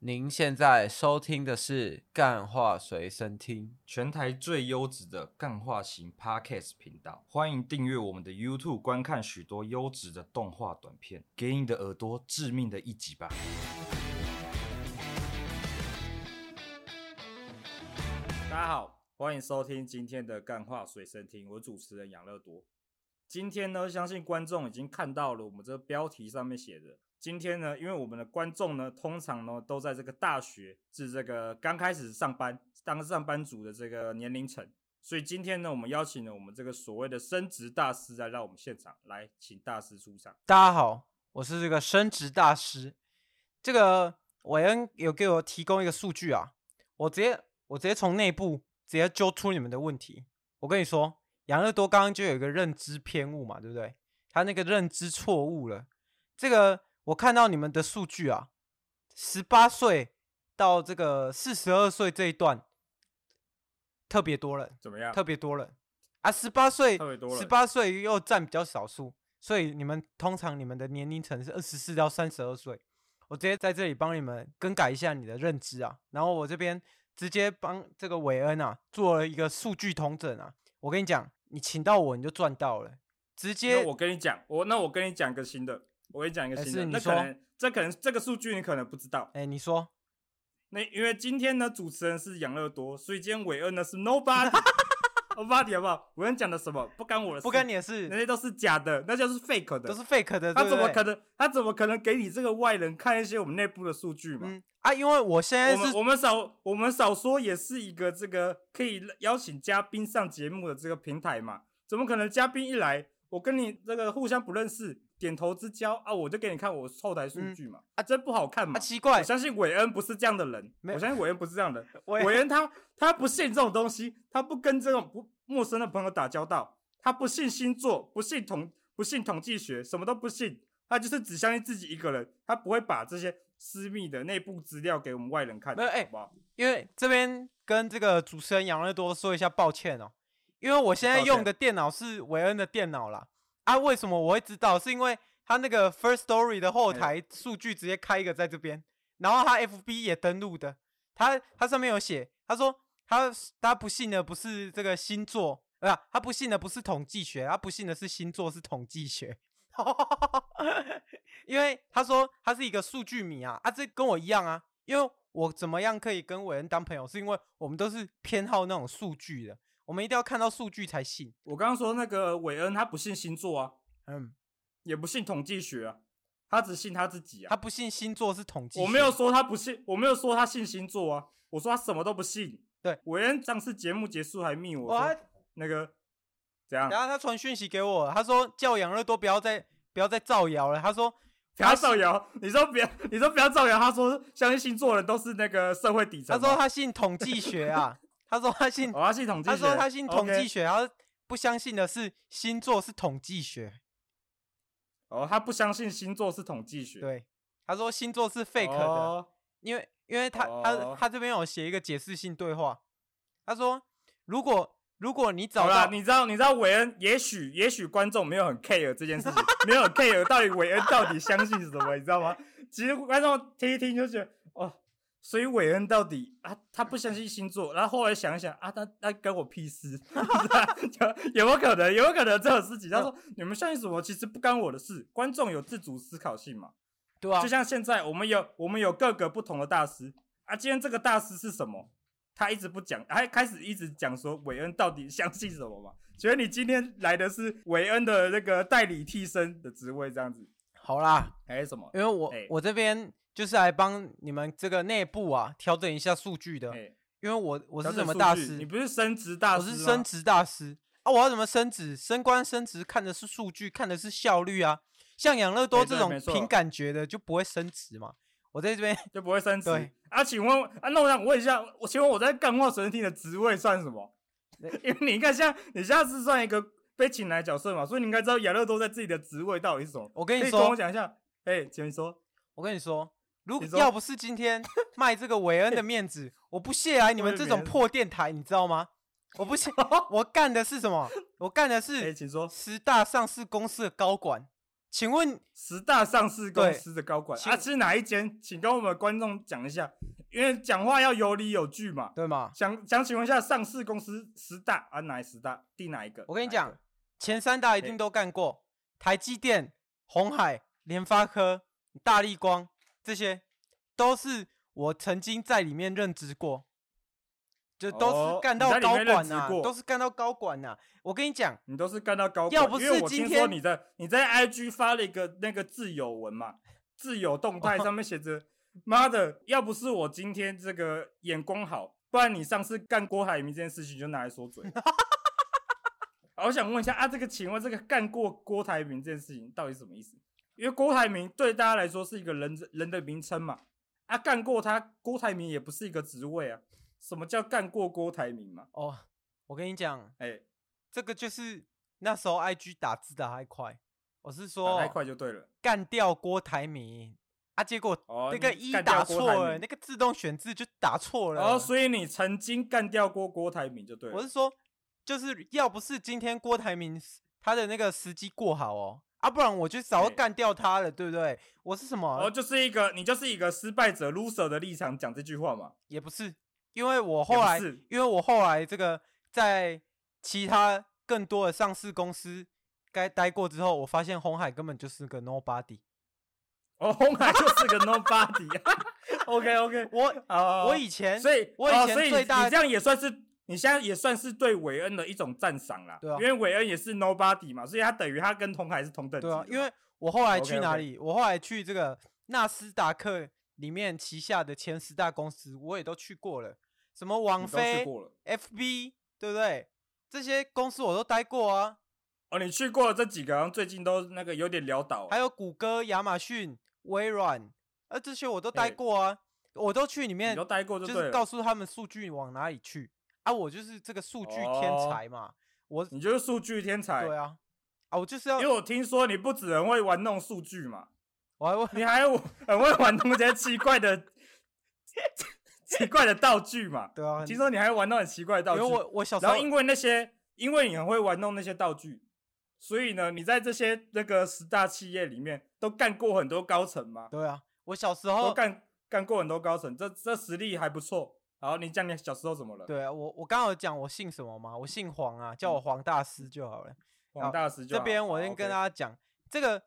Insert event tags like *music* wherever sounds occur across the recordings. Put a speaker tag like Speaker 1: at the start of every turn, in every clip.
Speaker 1: 您现在收听的是《干话随身听
Speaker 2: 全台最优质的干化型 Podcast 频道，欢迎订阅我们的 YouTube，观看许多优质的动画短片，给你的耳朵致命的一击吧！》。
Speaker 3: 大家好，欢迎收听今天的《干话随身听》，我是主持人养乐多。今天呢，相信观众已经看到了我们这标题上面写的。今天呢，因为我们的观众呢，通常呢都在这个大学至这个刚开始上班当上班族的这个年龄层，所以今天呢，我们邀请了我们这个所谓的升职大师来到我们现场，来请大师出场。
Speaker 1: 大家好，我是这个升职大师。这个韦恩有给我提供一个数据啊，我直接我直接从内部直接揪出你们的问题。我跟你说，养乐多刚刚就有一个认知偏误嘛，对不对？他那个认知错误了。这个我看到你们的数据啊，十八岁到这个四十二岁这一段，特别多人。
Speaker 3: 怎么样？
Speaker 1: 特别多人啊，十八岁，
Speaker 3: 特别多人
Speaker 1: 十八岁又占比较少数，所以你们通常你们的年龄层是二十四到三十二岁。我直接在这里帮你们更改一下你的认知啊，然后我这边直接帮这个韦恩啊做了一个数据统整啊。我跟你讲，你请到我你就赚到了，直接
Speaker 3: 那我跟你讲，我那我跟你讲个新的，我跟你讲一个
Speaker 1: 哎
Speaker 3: 新
Speaker 1: 是
Speaker 3: 的，
Speaker 1: 你
Speaker 3: 那
Speaker 1: 说
Speaker 3: 可能这可能这个数据你可能不知道。
Speaker 1: 哎、你说
Speaker 3: 那因为今天呢，主持人是养乐多，所以今天韦恩呢
Speaker 1: *laughs*
Speaker 3: 是 nobody，nobody 好不好？韦恩讲的什么不干我的事，
Speaker 1: 不干你的
Speaker 3: 那
Speaker 1: 事，
Speaker 3: 些都是假的，那就是 fake 的，
Speaker 1: 都是 fake 的，
Speaker 3: 他
Speaker 1: 对
Speaker 3: 怎
Speaker 1: 不
Speaker 3: 么
Speaker 1: 对
Speaker 3: 可能？他怎么可能给你这个外人看一些我们内部的数据嘛？
Speaker 1: 嗯啊，因为我现在
Speaker 3: 我
Speaker 1: 是
Speaker 3: 们我们少我们少说也是一个这个可以邀请嘉宾上节目的这个平台嘛，怎么可能嘉宾一来，我跟你这个互相不认识，点头之交啊，我就给你看我后台数据嘛，啊，真不好看嘛
Speaker 1: 嗯啊，。奇怪
Speaker 3: 我，相信韦恩不是这样的人，
Speaker 1: 没
Speaker 3: 我相信韦恩不是这样
Speaker 1: *laughs*
Speaker 3: 的人，
Speaker 1: 韦
Speaker 3: 韦恩他他不信这种东西，他不跟这种不陌生的朋友打交道，他不信星座，不信统不信统计学，什么都不信，他就是只相信自己一个人，他不会把这些私密的内部资料给我们外人看，
Speaker 1: 没有哎
Speaker 3: 好不好？
Speaker 1: 因为这边跟这个主持人杨乐多说一下抱歉哦，因为我现在
Speaker 3: 抱
Speaker 1: 用
Speaker 3: 歉
Speaker 1: 的电脑是韦恩的电脑啦。啊，为什么我会知道？是因为他那个 First Story 的后
Speaker 3: 哎
Speaker 1: 台数据直接开一个在这边，然后他 FB 也登录的，他他上面有写，他说他他不信的不是这个星座，啊，他不信的不是统计学，他不信的是星座是统计学。 *laughs* 因为他说他是一个数据迷啊，啊，这跟我一样啊，因为我怎么样可以跟伟恩当朋友，是因为我们都是偏好那种数据的，我们一定要看到数据才信。
Speaker 3: 我刚刚说那个韦恩他不信星座啊，
Speaker 1: 嗯，
Speaker 3: 也不信统计学啊，他只信他自己
Speaker 1: 他
Speaker 3: 啊。
Speaker 1: 不信星座是统计学，
Speaker 3: 我没有说他不信，我没有说他信星座啊，我说他什么都不信。
Speaker 1: 对，
Speaker 3: 韦恩上次节目结束还密我
Speaker 1: 哇，
Speaker 3: 说
Speaker 1: 他
Speaker 3: 那个怎样？
Speaker 1: 然后他传讯息给我，他说叫养乐多不要再不要再造谣了，他说
Speaker 3: 不要造谣！你说不要，你说不要造谣。他说相信星座的人都是那个社会底层
Speaker 1: 他
Speaker 3: 吗。
Speaker 1: 说他信统计学啊，他说他信
Speaker 3: 哦，他信统计
Speaker 1: 他
Speaker 3: 学，
Speaker 1: 说他信统计
Speaker 3: OK
Speaker 1: 学，他不相信的是星座是统计学，
Speaker 3: 哦，他不相信星座是统计学
Speaker 1: 对，他说星座是 fake 的。
Speaker 3: 哦
Speaker 1: 因为因为他、他
Speaker 3: 哦
Speaker 1: 他这边有写一个解释性对话，他说如果如果你找
Speaker 3: 好
Speaker 1: 到
Speaker 3: 啦，你知道，你知道韦恩，也许也许观众没有很 care 这件事情， *laughs* 没有很 care 到底韦恩到底相信什么，你知道吗？其实观众听一听就觉得哦，所以韦恩到底啊，他不相信星座，然后后来想一想啊，他他跟我屁事， *laughs* 你知道就有没有可能？有没有可能这种事情？他说
Speaker 1: 嗯
Speaker 3: 你们相信什么，其实不干我的事。观众有自主思考性嘛？
Speaker 1: 对啊
Speaker 3: 就，像现在我们有我们有各个不同的大师啊，今天这个大师是什么？他一直不讲，还开始一直讲说韦恩到底相信什么嘛？ *laughs* 觉得你今天来的是韦恩的那个代理替身的职位这样子，
Speaker 1: 好啦，
Speaker 3: 还是什么？
Speaker 1: 因为我、
Speaker 3: 哎
Speaker 1: 我这边就是来帮你们这个内部啊调整一下数据的，
Speaker 3: 哎，
Speaker 1: 因为我我是
Speaker 3: 调整
Speaker 1: 什么
Speaker 3: 数
Speaker 1: 大
Speaker 3: 据你
Speaker 1: 师，
Speaker 3: 不是升职大
Speaker 1: 我
Speaker 3: 师吗？
Speaker 1: 是升职大师啊，我要怎么升职？升官升职看的是数据，看的是效率啊。像养乐多
Speaker 3: 没
Speaker 1: 这
Speaker 3: 对
Speaker 1: 种
Speaker 3: 没错
Speaker 1: 凭感觉的就不会升职嘛。我在这边 *laughs*
Speaker 3: 就不会升职
Speaker 1: 对
Speaker 3: 啊？请问啊，那我想问一下，我请问我在干化神厅的职位算什么？ *laughs* 因为你应该像你现在是算一个被请来的角色嘛，所以你应该知道亚乐多在自己的职位到底是什么。
Speaker 1: 我跟你
Speaker 3: 可以
Speaker 1: 说
Speaker 3: 跟我讲一下。哎、请你说，
Speaker 1: 我跟你说，如果
Speaker 3: 你说
Speaker 1: 要不是今
Speaker 3: *laughs*
Speaker 1: 天卖这个韦恩的面子，我不屑来你们
Speaker 3: 为
Speaker 1: 这
Speaker 3: 别
Speaker 1: 种
Speaker 3: 人
Speaker 1: 破电台，你知道吗？我不
Speaker 3: *laughs*
Speaker 1: 屑，我干的是什么？我干的
Speaker 3: 哎、
Speaker 1: 是
Speaker 3: 请说。
Speaker 1: 十大上市公司的高管，请问
Speaker 3: 十大上市公司的高管
Speaker 1: 对
Speaker 3: 啊是哪一间？请跟我们观众讲一下，因为讲话要有理有据嘛。
Speaker 1: 对吗？
Speaker 3: 想想请问一下，上市公司十大啊哪十大？第哪一个？
Speaker 1: 我跟你
Speaker 3: 哪一个
Speaker 1: 讲，，前三大一定都干过，台积电、红海、联发科、大力光这些，都是我曾经在里面任职过，就都
Speaker 3: 哦
Speaker 1: 是干
Speaker 3: 你
Speaker 1: 到
Speaker 3: 在里
Speaker 1: 高
Speaker 3: 面任
Speaker 1: 管
Speaker 3: 职
Speaker 1: 呐、
Speaker 3: 过
Speaker 1: 都是干到高管呐、我跟你讲，
Speaker 3: 你都是干到高管，
Speaker 1: 要不
Speaker 3: 因为
Speaker 1: 是
Speaker 3: 我
Speaker 1: 今
Speaker 3: 听说
Speaker 1: 天
Speaker 3: 你在你在 IG 发了一个那个自由文嘛，自由动
Speaker 1: 哦
Speaker 3: 态上面写着，妈的，要不是我今天这个眼光好，不然你上次干郭海明这件事情就拿来说
Speaker 1: *laughs*
Speaker 3: 嘴了。啊我想问一下啊，这个请问这个干过郭台铭这件事情到底是什么意思？因为郭台铭对大家来说是一个人人的名称嘛，啊，干过他郭台铭也不是一个职位啊，什么叫干过郭台铭嘛？
Speaker 1: 哦，我跟你讲，
Speaker 3: 哎、
Speaker 1: 这个就是那时候 IG 打字打太快，我是
Speaker 3: 打
Speaker 1: 说
Speaker 3: 太快就对了。
Speaker 1: 干掉郭台铭啊，结果
Speaker 3: 哦
Speaker 1: 那个
Speaker 3: 你
Speaker 1: 一
Speaker 3: 干
Speaker 1: 打
Speaker 3: 掉郭
Speaker 1: 错
Speaker 3: 台
Speaker 1: 了，
Speaker 3: 铭
Speaker 1: 那个自动选字就打错了。
Speaker 3: 然后，所以你曾经干掉过郭台铭就对了。
Speaker 1: 我是说，就是要不是今天郭台铭是他的那个时机过好哦，啊，不然我就早就
Speaker 3: 对
Speaker 1: 干掉他了，对不对？我是什么？
Speaker 3: 哦，就是一个你就是一个失败者 loser 的立场讲这句话嘛。
Speaker 1: 也不是，因为我后来，
Speaker 3: 也不是
Speaker 1: 因为我后来这个在其他更多的上市公司该待过之后，我发现红海根本就是个 nobody。
Speaker 3: 哦，红海就是个 nobody。OK *laughs* OK， *laughs*
Speaker 1: 我
Speaker 3: 啊，
Speaker 1: 我以前，
Speaker 3: 所以
Speaker 1: 我以
Speaker 3: 哦所
Speaker 1: 前
Speaker 3: 以
Speaker 1: 最大
Speaker 3: 你这样也算是你现在也算是对韦恩的一种赞赏啦。
Speaker 1: 对啊
Speaker 3: 因为韦恩也是 nobody 嘛，所以他等于他跟红海是同等级
Speaker 1: 对
Speaker 3: 的嘛。
Speaker 1: 啊，因为我后来去
Speaker 3: OK，OK
Speaker 1: 哪里？我后来去这个纳斯达克里面旗下的前十大公司，我也都去过了，什么
Speaker 3: 你
Speaker 1: 网
Speaker 3: 都去
Speaker 1: 飞、
Speaker 3: 过了。
Speaker 1: FB，对不对？这些公司我都待过啊，
Speaker 3: 哦，你去过了这几个，好像最近都那个有点潦倒。
Speaker 1: 还有谷歌、亚马逊、微软，呃，这些我都待
Speaker 3: 嘿
Speaker 1: 过啊，我都去里
Speaker 3: 你
Speaker 1: 面
Speaker 3: 都，待过就
Speaker 1: 就
Speaker 3: 对
Speaker 1: 是
Speaker 3: 了
Speaker 1: 告。诉他们数据往哪里去啊，我就是这个数据天
Speaker 3: 哦
Speaker 1: 才嘛，我
Speaker 3: 你就是数据天才。
Speaker 1: 对啊，啊，我就是要
Speaker 3: 因为我听说你不只很会玩弄数据嘛，
Speaker 1: 我还会
Speaker 3: 你还有很会玩弄这些奇怪的奇怪的道具嘛？
Speaker 1: 对啊，
Speaker 3: 听说你还玩弄很奇怪的道
Speaker 1: 因为
Speaker 3: 具，
Speaker 1: 我我小时
Speaker 3: 然
Speaker 1: 候
Speaker 3: 后因为那些，因为你很会玩弄那些道具，所以呢，你在这些那个十大企业里面都干过很多高层嘛，
Speaker 1: 对啊，我小时
Speaker 3: 都
Speaker 1: 候
Speaker 3: 干干过很多高层，这这实力还不错。好，你讲你小时候怎么了？
Speaker 1: 对啊，我我刚好讲我姓什么嘛，我姓黄啊，叫我黄大师就好了。
Speaker 3: 黄大师嗯就
Speaker 1: 这
Speaker 3: 好
Speaker 1: 边
Speaker 3: 好
Speaker 1: 我先跟
Speaker 3: OK
Speaker 1: 大家讲，这个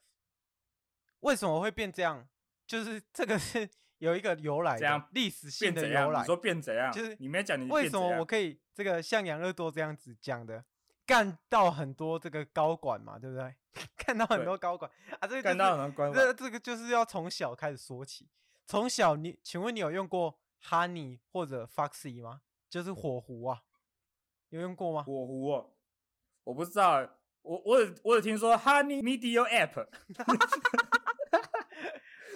Speaker 1: 为什么会变这样，就是这个是有一个由来
Speaker 3: 怎样
Speaker 1: 的历史性
Speaker 3: 变
Speaker 1: 的
Speaker 3: 怎
Speaker 1: 由
Speaker 3: 样？你
Speaker 1: 来
Speaker 3: 说。变怎样？
Speaker 1: 就是
Speaker 3: 你没讲你
Speaker 1: 为
Speaker 3: 变
Speaker 1: 什
Speaker 3: 怎
Speaker 1: 么
Speaker 3: 样
Speaker 1: 我可以这个像养乐多这样子讲的，干到很多这个高管嘛，对不 *laughs* 对？干到很
Speaker 3: 对
Speaker 1: 多高管啊，这个
Speaker 3: 干
Speaker 1: 就
Speaker 3: 到
Speaker 1: 是
Speaker 3: 很多官
Speaker 1: 这
Speaker 3: 网？
Speaker 1: 这个就是要从小开始说起。从小你，请问你有用过 Honey 或者 Foxy 吗？就是火狐啊，有用
Speaker 3: *laughs*
Speaker 1: 过吗？
Speaker 3: 火狐哦，我不知道欸，我我有我有听说 Honey Media App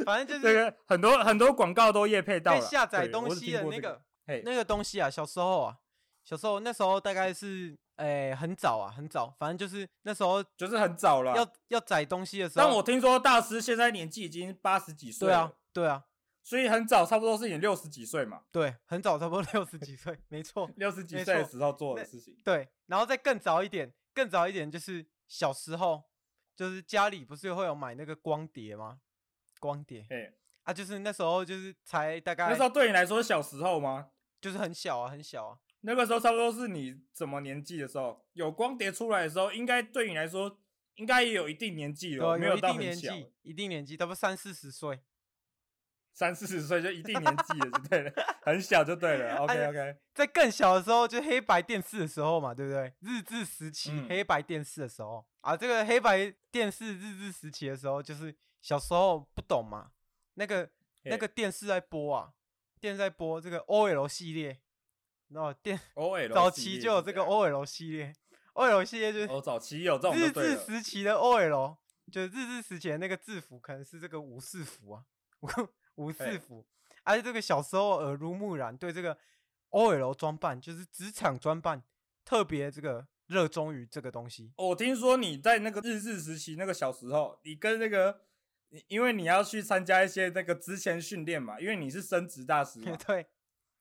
Speaker 1: 反 *laughs* 正就
Speaker 3: 这
Speaker 1: 是
Speaker 3: 个很多很多广告都业配到
Speaker 1: 被
Speaker 3: 了
Speaker 1: 下载
Speaker 3: 对我
Speaker 1: 东
Speaker 3: 有
Speaker 1: 西
Speaker 3: 听
Speaker 1: 的
Speaker 3: 过
Speaker 1: 那
Speaker 3: 这
Speaker 1: 个
Speaker 3: 个，嘿，
Speaker 1: 那个东西啊，小时候啊，小时候那时候大概是诶、很早啊，很早，反正就是那时候
Speaker 3: 就是很早了。
Speaker 1: 要要载东西的时候，
Speaker 3: 但啊我听说大师现在年纪已经八十几岁
Speaker 1: 对啊
Speaker 3: 了，
Speaker 1: 对啊
Speaker 3: 所以很早，差不多是你六十几岁嘛，
Speaker 1: 对，很早，差不多 *laughs* 六十几岁，没错，
Speaker 3: 六十几
Speaker 1: 没
Speaker 3: 岁的
Speaker 1: 错
Speaker 3: 时候做的
Speaker 1: 那
Speaker 3: 事情。
Speaker 1: 对，然后再更早一点，更早一点就是小时候，就是家里不是会有买那个光碟吗？光碟
Speaker 3: 嘿，
Speaker 1: 啊，就是那时候就是才大概
Speaker 3: 那时候对你来说是小时候吗？
Speaker 1: 就是很小啊，很小啊，
Speaker 3: 那个时候差不多是你什么年纪的时候？有光碟出来的时候，应该对你来说应该也有一定年纪
Speaker 1: 对
Speaker 3: 了，
Speaker 1: 啊，
Speaker 3: 没
Speaker 1: 有一
Speaker 3: 到
Speaker 1: 定
Speaker 3: 很
Speaker 1: 年
Speaker 3: 小，欸
Speaker 1: 纪，一定年纪，差不多三四十岁，
Speaker 3: 三四十岁就一定年纪了，就对了，很小就对了。OK
Speaker 1: *laughs* 哎
Speaker 3: OK，
Speaker 1: 在更小的时候，就黑白电视的时候嘛，对不对？日治时期、
Speaker 3: 嗯
Speaker 1: 黑白电视的时候啊，这个黑白电视日治时期的时候，就是小时候不懂嘛，那个那
Speaker 3: 嘿
Speaker 1: 个电视在播啊，电视在播这个 OL 系列，然后电
Speaker 3: OL
Speaker 1: 早
Speaker 3: 系列
Speaker 1: 期就有这
Speaker 3: 是怎
Speaker 1: 个
Speaker 3: 样
Speaker 1: OL 系列，OL 系列就是
Speaker 3: 哦，早期有这种
Speaker 1: 日
Speaker 3: 就对
Speaker 1: 治
Speaker 3: 了。
Speaker 1: 时期的 OL，就是日治时期的那个制服，可能是这个无四服啊， *laughs* 无无四
Speaker 3: 嘿
Speaker 1: 服。而且这个小时候耳濡目染，对这个 OL 装扮，就是职场装扮，特别这个热衷于这个东西。
Speaker 3: 哦我听说你在那个日治时期那个小时候，你跟那个，你因为你要去参加一些那个职前训练嘛，因为你是升职大师嘛，
Speaker 1: *laughs* 对，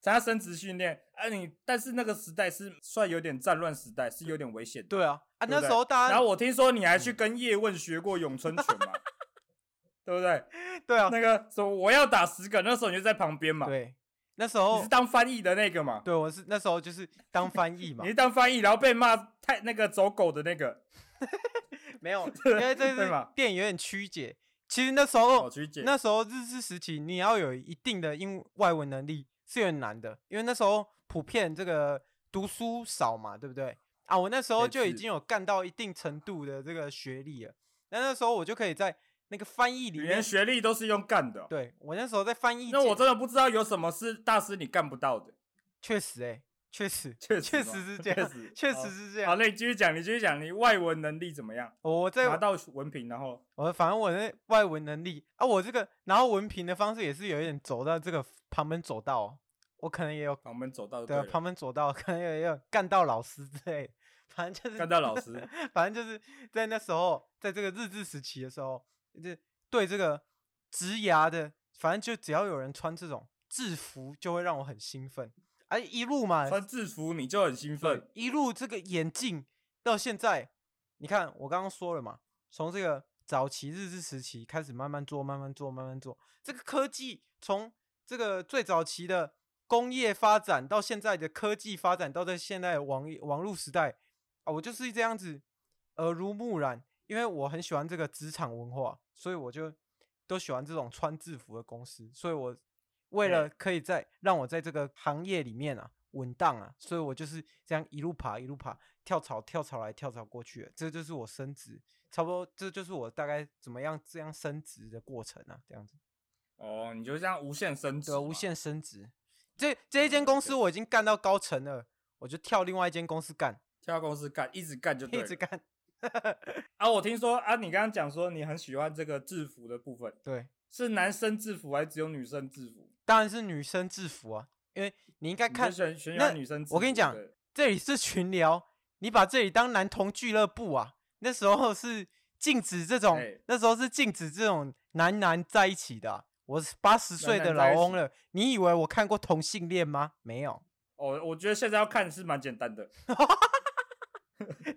Speaker 3: 参加升职训练啊你。但是那个时代是算有点战乱时代，是有点危险的。
Speaker 1: 对啊，啊，
Speaker 3: 对不
Speaker 1: 那
Speaker 3: 对
Speaker 1: 时候大家，嗯 *laughs*
Speaker 3: 然后我听说你还去跟叶问学过咏春拳嘛，对不对？
Speaker 1: 对啊，
Speaker 3: 那个说我要打十个，那时候你就在旁边嘛，
Speaker 1: 对，那时
Speaker 3: 你
Speaker 1: 候
Speaker 3: 是当翻译的那个嘛，
Speaker 1: 哦对我是那时候就是当翻译嘛
Speaker 3: *laughs* 你是，当翻译，然后被骂太那个走狗的那个，
Speaker 1: 没有，因为这
Speaker 3: 对
Speaker 1: 是
Speaker 3: 嘛
Speaker 1: 电影有点曲解。其实那时候
Speaker 3: 哦，曲姐，
Speaker 1: 那时候日治时期，你要有一定的英外文能力是有点难的，因为那时候普遍这个读书少嘛，对不对？啊，我那时候
Speaker 3: 哎
Speaker 1: 就已
Speaker 3: 是
Speaker 1: 经有干到一定程度的这个学历了，那那时候我就可以在那个翻译里
Speaker 3: 语言
Speaker 1: 面，
Speaker 3: 学历都是用干的哦、
Speaker 1: 对我那时候在翻译界，
Speaker 3: 那我真的不知道有什么是大师你干不到的， *laughs*
Speaker 1: 确实哎、确实
Speaker 3: 确实
Speaker 1: 确
Speaker 3: 嘛
Speaker 1: 实是这样，确实。是这
Speaker 3: 哦好好，
Speaker 1: 样。
Speaker 3: 那你继续讲，你继续讲，你外文能力怎么样？
Speaker 1: 我在
Speaker 3: 拿到文凭，然后
Speaker 1: 我反正我的外文能力啊，我这个拿到文凭的方式也是有一点走到这个旁门左道哦，我可能也有
Speaker 3: 好我们走到就
Speaker 1: 对啊，
Speaker 3: 了
Speaker 1: 旁门左道可能有有干到老师之类的，反正就是
Speaker 3: 干到老师，
Speaker 1: *laughs* 反正就是在那时候，在这个日治时期的时候，就是对这个职涯的，反正就只要有人穿这种制服，就会让我很兴奋。而、一路嘛，
Speaker 3: 穿制服你就很兴
Speaker 1: 对
Speaker 3: 奋，，
Speaker 1: 一路这个眼镜到现在，你看我刚刚说了嘛，从这个早期日治时期开始慢慢做，慢慢做，慢慢做，这个科技从这个最早期的工业发展到现在的科技发展，到在现在的网网络时代啊，我就是这样子耳濡目染，因为我很喜欢这个职场文化，所以我就都喜欢这种穿制服的公司，所以我为
Speaker 3: 对
Speaker 1: 了可以在让我在这个行业里面啊稳当啊，所以我就是这样一路爬一路爬，跳槽跳槽来跳槽过去的，这就是我升职，差不多这就是我大概怎么样这样升职的过程啊，这样子
Speaker 3: 哦，你就这样无限升值
Speaker 1: 对
Speaker 3: 嘛，
Speaker 1: 啊，无限升职。这
Speaker 3: 嗯
Speaker 1: 这一间公司我已经干到高层了，我就跳另外一间公司干，
Speaker 3: 跳到公司干，一直干就对
Speaker 1: 一
Speaker 3: 了
Speaker 1: 直干。
Speaker 3: 啊！我听说啊，你刚刚讲说你很喜欢这个制服的部分，
Speaker 1: 对，
Speaker 3: 是男生制服还是只有女生制服？
Speaker 1: 当然是女生制服啊，因为你应该
Speaker 3: 你就
Speaker 1: 看
Speaker 3: 选选喜
Speaker 1: 那
Speaker 3: 欢女生制服，
Speaker 1: 我跟你讲
Speaker 3: 对
Speaker 1: 这里是群聊，你把这里当男童俱乐部啊。那时候是禁止这种，
Speaker 3: 哎
Speaker 1: 那时候是禁止这种男男在一起的啊、我八十岁的
Speaker 3: 男在
Speaker 1: 老
Speaker 3: 一起
Speaker 1: 翁了，你以为我看过同性恋吗？没有。 *laughs*
Speaker 3: 哦，我觉得现在要看是蛮简单的。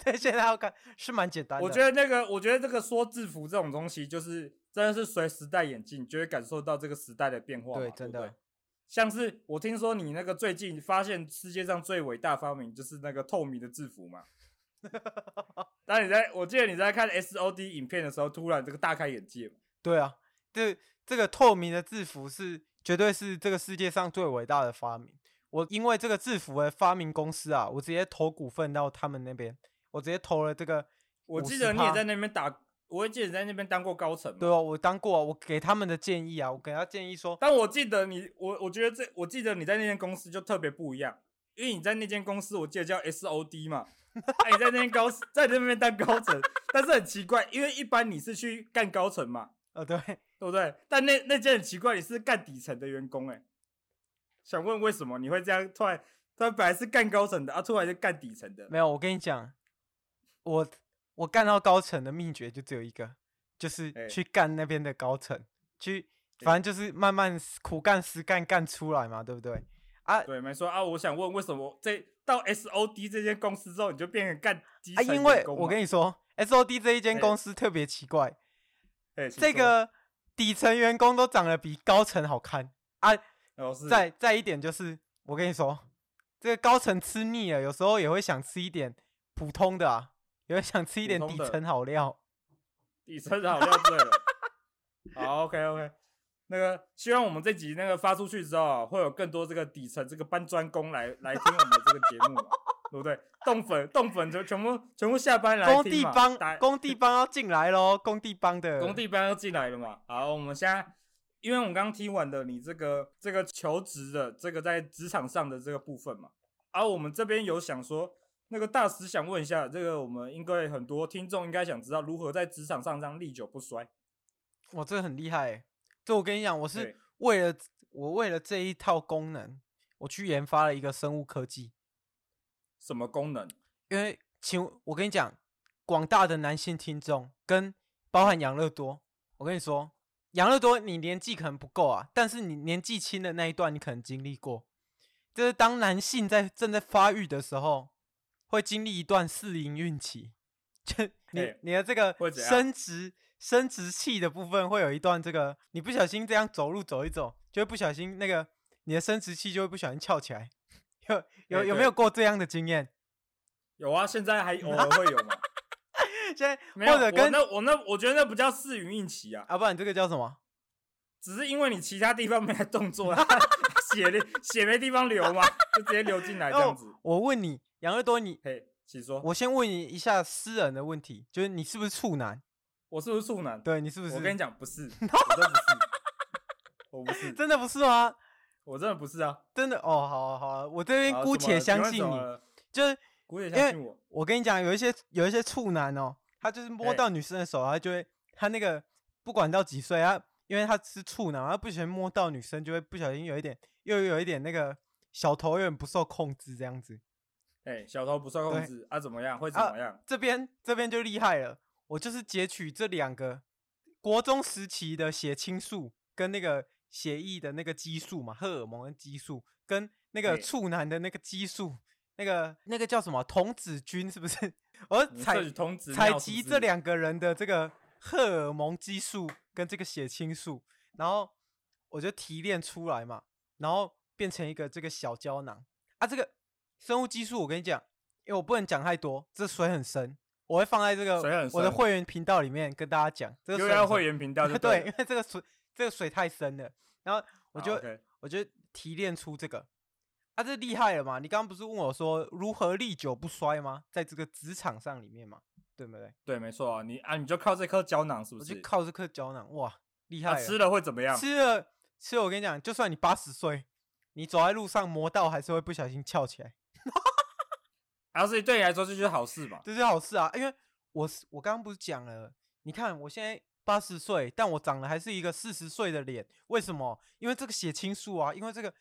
Speaker 1: 对，现在要看是蛮简单的。
Speaker 3: 我觉得那个，我觉得这个说制服这种东西，就是真的是随时代演进，你就会感受到这个时代的变化嘛。
Speaker 1: 对
Speaker 3: 对不
Speaker 1: 真的
Speaker 3: 对。像是我听说你那个最近发现世界上最伟大发明就是那个透明的制
Speaker 1: *laughs*
Speaker 3: 服嘛。当你在我记得你在看 S O D 影片的时候，突然这个大开眼界嘛。
Speaker 1: 对啊，这这个透明的制服是绝对是这个世界上最伟大的发明。我因为这个制服的发明公司啊，我直接投股份到他们那边，我直接投了这个。
Speaker 3: 我记得你也
Speaker 1: 50%
Speaker 3: 在那边打，我也记得你在那边当过高层嘛。
Speaker 1: 对哦，我当过啊、我给他们的建议啊，我给他建议说，
Speaker 3: 但我记得你，我我觉得这，我记得你在那间公司就特别不一样，因为你在那间公司，我记得叫 SOD 嘛，哎、你在那间高， *laughs* 在那边当高层，但是很奇怪，因为一般你是去干高层嘛，
Speaker 1: 呃，对， *laughs*
Speaker 3: 对不对？但那那件很奇怪，你是干底层的员工、哎，想问为什么你会这样突然？突然本来是干高层的啊，突然就干底层的，
Speaker 1: 没有，我跟你讲，我我干到高层的秘诀就只有一个，就是
Speaker 3: 哎
Speaker 1: 去干那边的高层，去，反正就是慢慢苦干实干干出来嘛，对不对？啊，
Speaker 3: 对，没错啊。我想问，为什么这到 SOD 这间公司之后，你就变成干底
Speaker 1: 啊，
Speaker 3: 层
Speaker 1: 因为
Speaker 3: 员工嘛
Speaker 1: 我跟你说，SOD 这一间
Speaker 3: 哎
Speaker 1: 公司特别奇怪，
Speaker 3: 哎请
Speaker 1: 这
Speaker 3: 说
Speaker 1: 个底层员工都长得比高层好看啊。
Speaker 3: 哦是
Speaker 1: 再再一点就是，我跟你说，这个高层吃腻了，有时候也会想吃一点普通的啊，也会想吃一
Speaker 3: 普
Speaker 1: 点
Speaker 3: 通
Speaker 1: 底
Speaker 3: 的
Speaker 1: 层好料。
Speaker 3: 底层好料对了。好，OK OK，那个希望我们这集那个发出去之后啊，会有更多这个底层这个搬砖工来来听我们的这个节目嘛，对不对？冻粉冻粉就全部全部下班来
Speaker 1: 工
Speaker 3: 听
Speaker 1: 地
Speaker 3: 嘛
Speaker 1: 帮
Speaker 3: 打
Speaker 1: 工地帮要进来喽，工地帮的
Speaker 3: 工地帮要进来了嘛。好，我们现在。因为我们刚刚听完的你这个这个求职的这个在职场上的这个部分嘛，而、我们这边有想说，那个大师想问一下，这个我们应该很多听众应该想知道如何在职场上这样历久不衰。
Speaker 1: 哇，这个很厉害欸！这我跟你讲，我是
Speaker 3: 对
Speaker 1: 为了我为了这一套功能，我去研发了一个生物科技。
Speaker 3: 什么功能？
Speaker 1: 因为，请我跟你讲，广大的男性听众跟包含养乐多，我跟你说，养乐多你年纪可能不够啊，但是你年纪轻的那一段你可能经历过，就是当男性在正在发育的时候，会经历一段适应孕期，就你、
Speaker 3: 哎
Speaker 1: 你的这个
Speaker 3: 会怎样
Speaker 1: 生殖生殖器的部分会有一段这个，你不小心这样走路走一走，就会不小心那个你的生殖器就会不小心翘起来。 *laughs* 有有
Speaker 3: 对
Speaker 1: 有没
Speaker 3: 哎对
Speaker 1: 有过这样的经验？ *laughs*
Speaker 3: 有啊，现在还偶尔会有嘛？
Speaker 1: 现在
Speaker 3: 没有，
Speaker 1: 或者
Speaker 3: 我
Speaker 1: 跟
Speaker 3: 那我那我觉得那不叫四云应期啊，
Speaker 1: 啊，不然这个叫什么？
Speaker 3: 只是因为你其他地方没在动作，
Speaker 1: *laughs*
Speaker 3: 血流血没地方流嘛，就直接流进来这样子。
Speaker 1: 我问你，杨乐多你，
Speaker 3: 嘿，请说，我
Speaker 1: 哦我先问你一下私人的问题，就是你是不是处男？
Speaker 3: 我是不是处男？
Speaker 1: 对你是不是？
Speaker 3: 我跟你讲，
Speaker 1: *laughs*
Speaker 3: 不是，我真的不是，我不是，
Speaker 1: 真的不是吗？
Speaker 3: 我真的不是啊。
Speaker 1: 真的哦，好啊好啊，我这边
Speaker 3: 好
Speaker 1: 姑
Speaker 3: 怎么
Speaker 1: 且
Speaker 3: 了
Speaker 1: 相
Speaker 3: 请问
Speaker 1: 信
Speaker 3: 怎
Speaker 1: 你
Speaker 3: 么，了
Speaker 1: 就是
Speaker 3: 姑且
Speaker 1: 因
Speaker 3: 相
Speaker 1: 为
Speaker 3: 信我。
Speaker 1: 我跟你讲，有一些有一些处男哦，他就是摸
Speaker 3: 哎
Speaker 1: 到女生的手，他就会他那个不管到几岁，他因为他是处男，他不小心摸到女生，就会不小心有一点又有一点那个小头有点不受控制这样子。
Speaker 3: 哎、小偷不受控
Speaker 1: 对
Speaker 3: 制啊？怎么样？会怎么样？
Speaker 1: 这边这边就厉害了，我就是截取这两个国中时期的血清素跟那个血液的那个激素嘛，荷尔蒙的激素跟那个
Speaker 3: 嘿
Speaker 1: 处男的那个激素，那个那个叫什么童子军是不是？ *laughs* 我
Speaker 3: 你
Speaker 1: 采
Speaker 3: 摄取童子
Speaker 1: 采
Speaker 3: 尿是
Speaker 1: 集
Speaker 3: 不
Speaker 1: 这
Speaker 3: 是
Speaker 1: 两个人的这个荷尔蒙激素跟这个血清素，然后我就提炼出来嘛，然后变成一个这个小胶囊啊。这个生物激素，我跟你讲，因为我不能讲太多，这水很深，我会放在这
Speaker 3: 水
Speaker 1: 个
Speaker 3: 很
Speaker 1: 我的
Speaker 3: 深
Speaker 1: 会员频道里面跟大家讲。这个
Speaker 3: 又
Speaker 1: 水
Speaker 3: 要
Speaker 1: 很深
Speaker 3: 会员频道就
Speaker 1: *laughs* 对，
Speaker 3: 了
Speaker 1: 因为这个水这个水太深了，然后我
Speaker 3: 好
Speaker 1: 就
Speaker 3: OK
Speaker 1: 我就提炼出这个。啊，这厉害了嘛！你刚刚不是问我说如何历久不衰吗？在这个职场上里面嘛，对不对？
Speaker 3: 对，没错啊，你啊，你就靠这颗胶囊是不
Speaker 1: 我
Speaker 3: 是？
Speaker 1: 就靠这颗胶囊，哇，厉害
Speaker 3: 啊、
Speaker 1: 了！
Speaker 3: 吃了会怎么样？
Speaker 1: 吃了吃了我跟你讲，就算你八十岁，你走在路上磨到还是会不小心翘起来，
Speaker 3: 啊，所以对你来说这就是好事嘛。
Speaker 1: 这是好事啊！因为我是我刚刚不是讲了，你看我现在八十岁，但我长得还是一个四十岁的脸，为什么？因为这个血清素啊，因为这个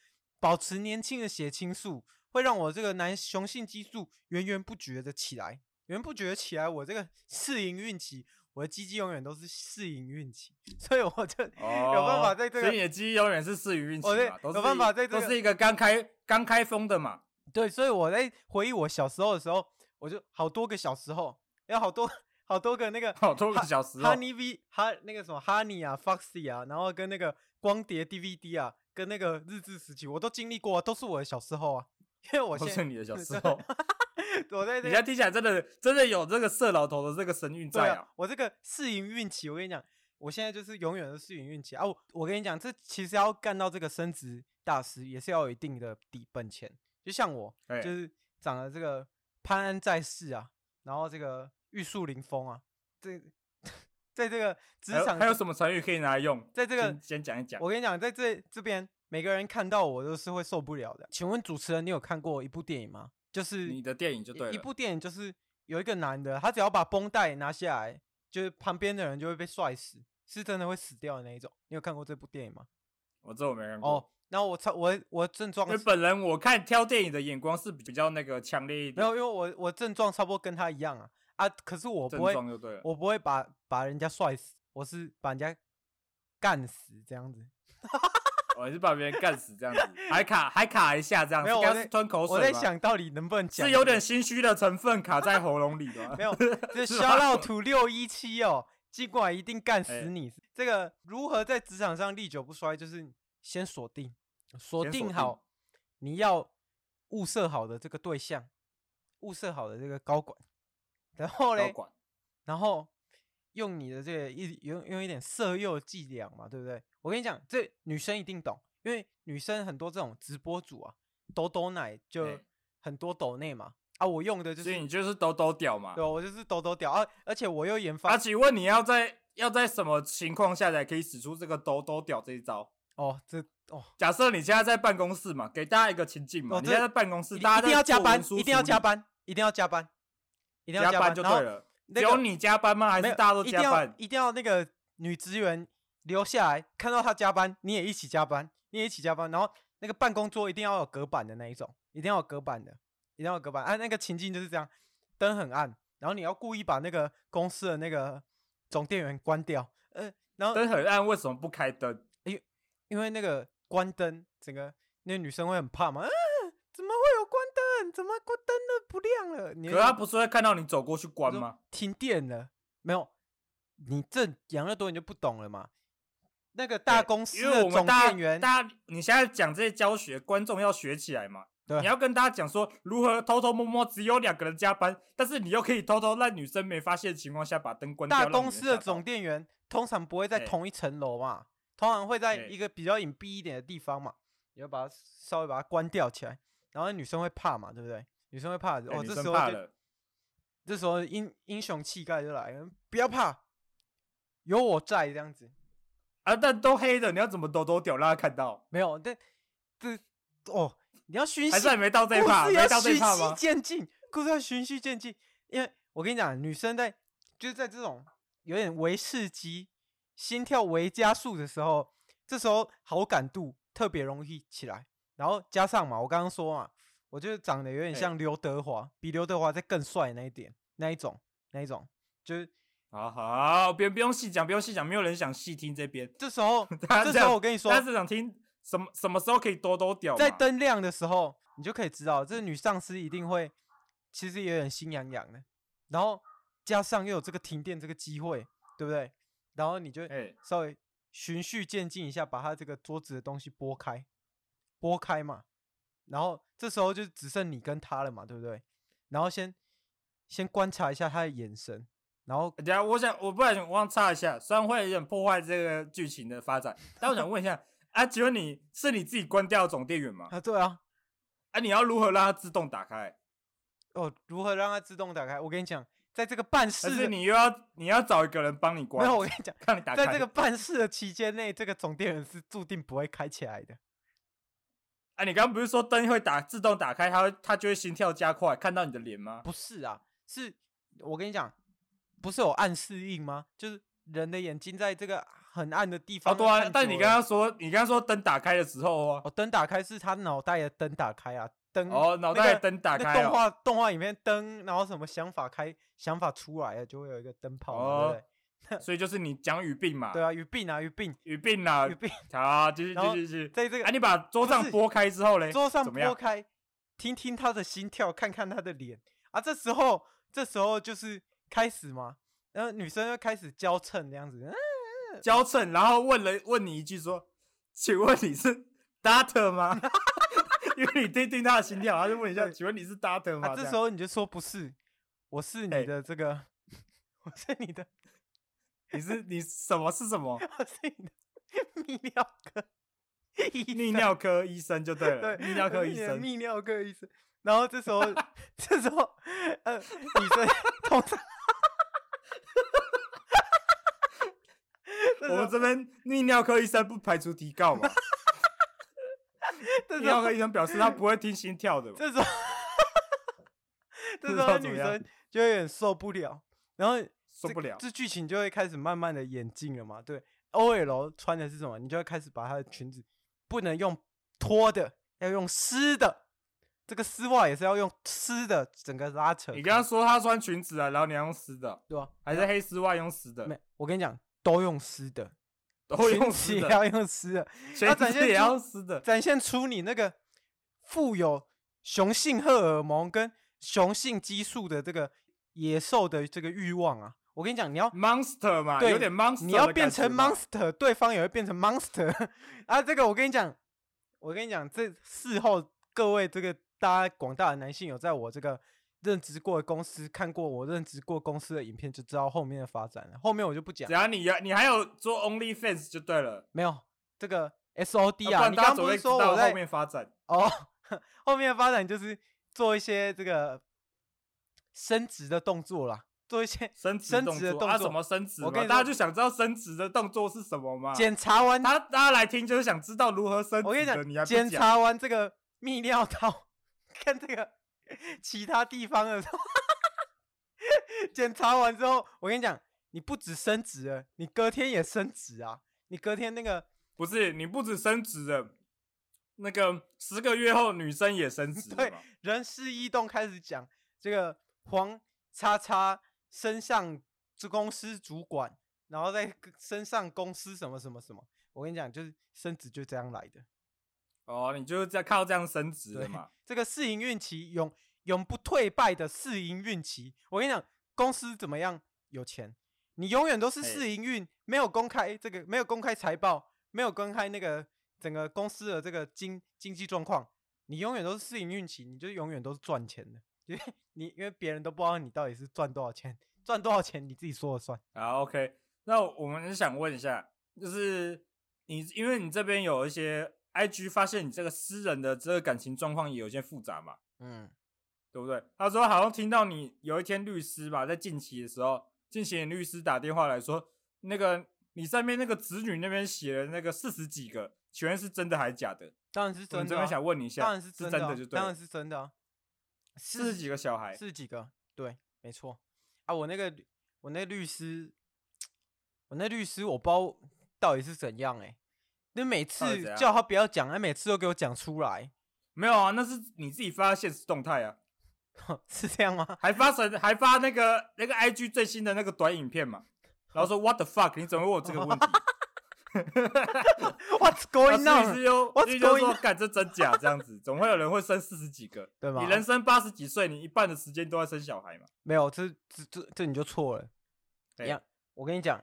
Speaker 1: 保持年轻的血清素会让我这个男雄性激素源源不绝的起来，源源不绝地起来，我这个 *laughs* 适应孕期。我的鸡鸡永远都是适应孕期，所以我就、有办法在这个
Speaker 3: 哦所以你的记忆永远是适于运气
Speaker 1: 我在
Speaker 3: 嘛，都是
Speaker 1: 有办法在
Speaker 3: 一
Speaker 1: 这个
Speaker 3: 都是一个刚开刚开封的嘛。
Speaker 1: 对，所以我在回忆我小时候的时候，我就好多个小时候，有好多好多个那个
Speaker 3: 好哦多个
Speaker 1: 哈
Speaker 3: 小时候
Speaker 1: Honey V 哈那个什么 Honey 啊，Foxy 啊，然后跟那个光碟 DVD 啊，跟那个日志时期，我都经历过、啊，都是我的小时候啊。 *laughs* 因为我
Speaker 3: 都是
Speaker 1: 现
Speaker 3: 你的小时
Speaker 1: 对
Speaker 3: 候，
Speaker 1: *laughs* 我在
Speaker 3: 哦你
Speaker 1: 这个
Speaker 3: 现在听起来真的真的有这个色老头的这个神韵
Speaker 1: 对
Speaker 3: 在哦
Speaker 1: 啊，我这个适应运气，我跟你讲，我现在就是永远的适应运气啊。我我跟你讲，这其实要干到这个升职大师，也是要有一定的底本钱。就像我，
Speaker 3: 哎
Speaker 1: 就是长了这个潘安在世啊，然后这个玉树临风啊，这 *laughs* 在这个职
Speaker 3: 还有
Speaker 1: 场
Speaker 3: 还有什么成语可以拿来用？
Speaker 1: 在这个
Speaker 3: 先先讲一讲。
Speaker 1: 我跟你讲，在这这边每个人看到我都是会受不了的。请问主持人，你有看过一部电影吗？就是
Speaker 3: 你的电影就对了，
Speaker 1: 一一部电影就是有一个男的，他只要把绷带拿下来，就是旁边的人就会被摔死，是真的会死掉的那一种。你有看过这部电影吗？
Speaker 3: 我这我没看过。
Speaker 1: 哦，然后我超我我症状
Speaker 3: 嗯因为
Speaker 1: 是
Speaker 3: 本人我看挑电影的眼光是比较那个强烈一
Speaker 1: 没
Speaker 3: 点，
Speaker 1: 有，因为我我症状差不多跟他一样啊啊，可是我
Speaker 3: 症
Speaker 1: 不会
Speaker 3: 状就对了。
Speaker 1: 我不会把把人家摔死，我是把人家干死这样子。
Speaker 3: 我是把别人干死这样子，还卡还卡一下这样，
Speaker 1: 没有
Speaker 3: 是刚
Speaker 1: 我在
Speaker 3: 刚吞口水
Speaker 1: 我在
Speaker 3: 吗
Speaker 1: 想到底能不能讲，
Speaker 3: 是有点心虚的成分卡在喉咙里的。
Speaker 1: 没有，这
Speaker 3: 是
Speaker 1: shout
Speaker 3: 吗
Speaker 1: out to 六一七哦，尽管一定干
Speaker 3: 哎
Speaker 1: 死你。这个如何在职场上历久不衰，就是先锁定，锁
Speaker 3: 先锁
Speaker 1: 定
Speaker 3: 定
Speaker 1: 好你要物色好的这个对象，物色好的这个高管，然后
Speaker 3: 高
Speaker 1: 嘞，
Speaker 3: 管
Speaker 1: 然后用你的这个一用用一点色诱伎俩嘛，对不对？我跟你讲，这女生一定懂，因为女生很多这种直播主啊，抖抖奶就
Speaker 3: 哎
Speaker 1: 很多抖内嘛。啊，我用的就是
Speaker 3: 所以你就是抖抖屌嘛
Speaker 1: 对，。我就是抖抖屌啊！而且我又研发、
Speaker 3: 啊，请问你要在要在什么情况下才可以使出这个抖抖屌这一招？
Speaker 1: 哦，这哦，
Speaker 3: 假设你现在在办公室嘛，给大家一个情境嘛，
Speaker 1: 哦
Speaker 3: 你
Speaker 1: 这
Speaker 3: 现在在办公室，
Speaker 1: 一
Speaker 3: 大
Speaker 1: 定一
Speaker 3: 家
Speaker 1: 定要加班，一定要加
Speaker 3: 班，
Speaker 1: 班，一定要加班，一定要
Speaker 3: 加
Speaker 1: 班
Speaker 3: 就
Speaker 1: 然
Speaker 3: 对
Speaker 1: 后
Speaker 3: 了。
Speaker 1: 那
Speaker 3: 只
Speaker 1: 个
Speaker 3: 有你加班吗？还
Speaker 1: 没
Speaker 3: 是
Speaker 1: 有
Speaker 3: 大家都
Speaker 1: 一定
Speaker 3: 加
Speaker 1: 要
Speaker 3: 班？
Speaker 1: 一定要那个女职员留下来，看到她加班，你也一起加班，你也一起加班。然后那个办公桌一定要有隔板的那一种，一定要有隔板的，一定要有隔板。啊，那个情境就是这样，灯很暗，然后你要故意把那个公司的那个总电源关掉，呃，然后
Speaker 3: 灯很暗，为什么不开灯？
Speaker 1: 因为那个关灯，整个那个女生会很怕嘛，啊，怎么会有关灯？怎么关灯了不亮了？你
Speaker 3: 可
Speaker 1: 会
Speaker 3: 是他不是会看到你走过去关
Speaker 1: 说
Speaker 3: 吗？
Speaker 1: 停电了，没有，你这养乐多你就不懂了嘛。那个大
Speaker 3: 对
Speaker 1: 公司
Speaker 3: 因为
Speaker 1: 的
Speaker 3: 我
Speaker 1: 总
Speaker 3: 们大
Speaker 1: 店
Speaker 3: 家
Speaker 1: 员，
Speaker 3: 大家你现在讲这些教学，观众要学起来嘛。
Speaker 1: 对
Speaker 3: 你要跟大家讲说如何偷偷摸摸只有两个人加班，但是你又可以偷偷让女生没发现的情况下把灯关掉。
Speaker 1: 大
Speaker 3: 让女人
Speaker 1: 公司的
Speaker 3: 吓到
Speaker 1: 总店员通常不会在
Speaker 3: 哎
Speaker 1: 同一层楼嘛，通常会在
Speaker 3: 哎
Speaker 1: 一个比较隐蔽一点的地方嘛，你要把它稍微把它关掉起来，然后女生会怕嘛，对不对？女生会怕，
Speaker 3: 对
Speaker 1: 哦，
Speaker 3: 哎女
Speaker 1: 这
Speaker 3: 生
Speaker 1: 时候
Speaker 3: 怕
Speaker 1: 就
Speaker 3: 了，
Speaker 1: 这时候英英雄气概就来了，不要怕，有我在这样子。
Speaker 3: 啊，但都黑的，你要怎么抖抖屌让他看到？
Speaker 1: 没有，但这哦，你要循序，
Speaker 3: 还是还没到这一
Speaker 1: 故
Speaker 3: 趴，
Speaker 1: 事
Speaker 3: 没
Speaker 1: 要
Speaker 3: 到这
Speaker 1: 循
Speaker 3: 一趴
Speaker 1: 序
Speaker 3: 吗？
Speaker 1: 渐进，故事要循序渐进。因为我跟你讲，女生在就是在这种有点微刺激、心跳微加速的时候，这时候好感度特别容易起来。然后加上嘛，我刚刚说嘛，我就是长得有点
Speaker 3: 哎
Speaker 1: 像刘德华，比刘德华再更帅那一点，那一种，那一种，就是
Speaker 3: 好好，别不用细讲，不用细讲，没有人想细听这边。，
Speaker 1: 这时候
Speaker 3: *laughs* 大家
Speaker 1: 这
Speaker 3: 这
Speaker 1: 时
Speaker 3: 样
Speaker 1: 候我跟你说，
Speaker 3: 大家只想听什么什么时候可以抖抖屌嘛？
Speaker 1: 在灯亮的时候，你就可以知道，这女上司一定会其实也有点心痒痒的。然后加上又有这个停电这个机会，对不对？然后你就
Speaker 3: 哎、
Speaker 1: 稍微循序渐进一下，把她这个桌子的东西拨开，拨开嘛。然后这时候就只剩你跟她了嘛，对不对？然后先先观察一下她的眼神，然后
Speaker 3: 等一下，我想，我不然我忘插一下，虽然会有点破坏这个剧情的发展，但我想问一下，啊，请问你是你自己关掉总电源吗？
Speaker 1: 啊，对啊，
Speaker 3: 啊，你要如何让它自动打开？
Speaker 1: 哦，如何让它自动打开？我跟你讲，在这个办
Speaker 3: 还
Speaker 1: 事
Speaker 3: 是
Speaker 1: 的
Speaker 3: 你又要你要找一个人帮你关？
Speaker 1: 没有，我跟你讲。
Speaker 3: 看你打开。
Speaker 1: 在这个，办事的期间内，这个总电源是注定不会开起来的。
Speaker 3: 啊，你刚刚不是说灯会打自动打开，它会它就会心跳加快，看到你的脸吗？
Speaker 1: 不是啊，是我跟你讲，不是有暗示应吗？就是人的眼睛在这个很暗的地方看
Speaker 3: 啊，
Speaker 1: 久
Speaker 3: 对
Speaker 1: 了。
Speaker 3: 啊，但你刚刚说你刚刚说灯打开的时候哦，
Speaker 1: 哦，灯打开是他脑袋的灯打开啊，灯
Speaker 3: 哦，脑
Speaker 1: 那
Speaker 3: 袋
Speaker 1: 个
Speaker 3: 灯打
Speaker 1: 那
Speaker 3: 开
Speaker 1: 动
Speaker 3: 哦，
Speaker 1: 画动画影片灯，然后什么想法开想法出来了，就会有一个灯泡嘛，对不
Speaker 3: 哦
Speaker 1: 对？
Speaker 3: 所以就是你讲语病嘛，
Speaker 1: 对啊，语病啊，语哎病，
Speaker 3: 语病啦
Speaker 1: 语，病， *laughs*
Speaker 3: 好，继续
Speaker 1: 然后
Speaker 3: 继续继续。
Speaker 1: 在这个
Speaker 3: 啊，你把桌
Speaker 1: 不
Speaker 3: 上
Speaker 1: 是
Speaker 3: 拨开之后嘞，
Speaker 1: 桌上
Speaker 3: 怎么样
Speaker 1: 拨开，听听他的心跳，看看他的脸啊。这时候，这时候就是开始嘛，然后女生就开始娇嗔这样子，嗯、
Speaker 3: 交衬，然后问了问你一句说：“请问你是 Dart 吗？” *laughs* 因为你听听他的心跳，然后就问一下：“
Speaker 1: 对
Speaker 3: 请问你是 Dart 吗？”
Speaker 1: 啊，这
Speaker 3: 样
Speaker 1: 时候你就说不是，我是
Speaker 3: 哎
Speaker 1: 你的这个， *laughs* 我是你的，
Speaker 3: 你是你什么是什么
Speaker 1: 我是你的泌尿科 *laughs* 医生，
Speaker 3: 泌尿科医生就对了，
Speaker 1: 对
Speaker 3: 泌尿
Speaker 1: 我
Speaker 3: 科
Speaker 1: 是
Speaker 3: 医
Speaker 1: 你的
Speaker 3: 生。
Speaker 1: 泌尿科医生。然后这时候， *laughs* 这时候，呃，女生通常， *laughs* 这时
Speaker 3: 我们
Speaker 1: 候
Speaker 3: 这边泌尿科医生不排除提告
Speaker 1: *laughs*
Speaker 3: 嘛？
Speaker 1: 这
Speaker 3: 泌
Speaker 1: 时候
Speaker 3: 尿科医生表示他不会听心跳的嘛。
Speaker 1: 啊 *laughs* 这时候，这
Speaker 3: 不
Speaker 1: 时
Speaker 3: 知
Speaker 1: 候
Speaker 3: 道怎
Speaker 1: 女
Speaker 3: 么样
Speaker 1: 生就有点受不了，然后
Speaker 3: 受
Speaker 1: 这
Speaker 3: 不了
Speaker 1: 这剧情就会开始慢慢的演进了嘛。对，OL 穿的是什么，你就会开始把她的裙子不能用脱的，要用湿的，这个丝袜也是要用湿的，整个拉扯开。
Speaker 3: 你刚刚说他穿裙子啊，然后你要用湿的，
Speaker 1: 对吧、
Speaker 3: 还是黑丝袜用湿的，
Speaker 1: 没，我跟你讲，都用湿的，
Speaker 3: 都用
Speaker 1: 裙子
Speaker 3: 湿
Speaker 1: 也
Speaker 3: 的，
Speaker 1: 要用湿的，
Speaker 3: *laughs* 裙
Speaker 1: 要展
Speaker 3: 子
Speaker 1: 现
Speaker 3: 也
Speaker 1: 出
Speaker 3: 要湿的。
Speaker 1: 展现出你那个富有雄性荷尔蒙跟雄性激素的这个野兽的这个欲望啊！我跟你讲，你要
Speaker 3: Monster 嘛，
Speaker 1: 对
Speaker 3: 有点 monster，
Speaker 1: 你
Speaker 3: 的
Speaker 1: 要
Speaker 3: 感
Speaker 1: 变
Speaker 3: 觉
Speaker 1: 成
Speaker 3: 嘛
Speaker 1: monster，对方也会变成 monster 啊！这个我跟你讲，我跟你讲，这事后各位这个大家广大的男性有在我这个任职过的公司看过我任职过公司的影片，就知道后面的发展了。后面我就不讲
Speaker 3: 只，要你要，你还有做 OnlyFans 就对了。
Speaker 1: 没有这个
Speaker 3: 要
Speaker 1: SOD
Speaker 3: 不
Speaker 1: 啊，
Speaker 3: 然
Speaker 1: 你刚
Speaker 3: 大家
Speaker 1: 刚
Speaker 3: 总
Speaker 1: 不
Speaker 3: 会
Speaker 1: 是
Speaker 3: 知
Speaker 1: 说我
Speaker 3: 道
Speaker 1: 在
Speaker 3: 后面发展？
Speaker 1: 哦，后面的发展就是做一些这个伸直的动作啦，做一
Speaker 3: *laughs*
Speaker 1: 些
Speaker 3: 升职
Speaker 1: 升
Speaker 3: 动
Speaker 1: 职的
Speaker 3: 作
Speaker 1: 动
Speaker 3: 啊，
Speaker 1: 作
Speaker 3: 什么升职嘛？
Speaker 1: 我跟你
Speaker 3: 大家
Speaker 1: 说
Speaker 3: 就想知道升职的动作是什么嘛？
Speaker 1: 检查完，
Speaker 3: 啊他大家来听就是想知道如何升职的。
Speaker 1: 我跟你
Speaker 3: 你
Speaker 1: 讲，
Speaker 3: 还不
Speaker 1: 检
Speaker 3: 讲？
Speaker 1: 查完这个泌尿道跟这个其他地方的时 *laughs* 候，检查完之后，我跟你讲，你不止升职了，你隔天也升职啊，你隔天那个
Speaker 3: 不是，你不止升职了，那个十个月后女生也升职了
Speaker 1: 对
Speaker 3: 嘛
Speaker 1: 人事异动开始讲这个黄叉叉升上这公司主管，然后再跟升上公司什么什么什么。我跟你讲，就是升职就这样来的。
Speaker 3: 哦，你就是在靠这样升职的
Speaker 1: 对
Speaker 3: 嘛？
Speaker 1: 这个试营运期永永不退败的试营运期，我跟你讲，公司怎么样有钱？你永远都是
Speaker 3: 哎
Speaker 1: 试营运，没有公开这个，没有公开财报，没有公开那个整个公司的这个经经济状况，你永远都是试营运期，你就永远都是赚钱的， *laughs* 因为你因为别人都不知道你到底是赚多少钱，赚多少钱你自己说了算。
Speaker 3: 好，OK，那我们想问一下，就是你，因为你这边有一些 IG 发现你这个私人的这个感情状况也有些复杂嘛，
Speaker 1: 嗯，
Speaker 3: 对不对？他说好像听到你有一天律师吧，在近期的时候，近期你律师打电话来说，那个你上面那个子女那边写的那个四十几个，请问是真的还是假的？
Speaker 1: 当然是
Speaker 3: 我
Speaker 1: 真
Speaker 3: 们这
Speaker 1: 的啊、
Speaker 3: 边想问你一下，
Speaker 1: 当然是
Speaker 3: 真
Speaker 1: 的啊、
Speaker 3: 就对
Speaker 1: 当
Speaker 3: 了
Speaker 1: 然，是真的、啊。
Speaker 3: 四十几个小孩，
Speaker 1: 是几个？对，没错。啊，我那个律我那律师，我那律师我不知道到底是怎样哎、那每
Speaker 3: 到底
Speaker 1: 次
Speaker 3: 怎样
Speaker 1: 叫他不要讲，他每次都给我讲出来， *laughs*
Speaker 3: 没有啊？那是你自己发的现实动态啊，
Speaker 1: 是这样
Speaker 3: *laughs*
Speaker 1: 吗？
Speaker 3: 还发成还发那个那个 IG 最新的那个短影片嘛，然后说 What the fuck？你怎么问我这个
Speaker 1: *laughs*
Speaker 3: 问题？
Speaker 1: What's
Speaker 3: 然
Speaker 1: going
Speaker 3: 后律
Speaker 1: on？
Speaker 3: 师又
Speaker 1: What's
Speaker 3: 律师就
Speaker 1: going
Speaker 3: 说
Speaker 1: on？
Speaker 3: 干这真假这样子，总会有人会生四十几
Speaker 1: *laughs*
Speaker 3: 个，
Speaker 1: 对吧
Speaker 3: 你人生八十几岁，你一半的时间都在生小孩嘛？
Speaker 1: 没有，这这这这你就错了。
Speaker 3: 对
Speaker 1: 一样，我跟你讲，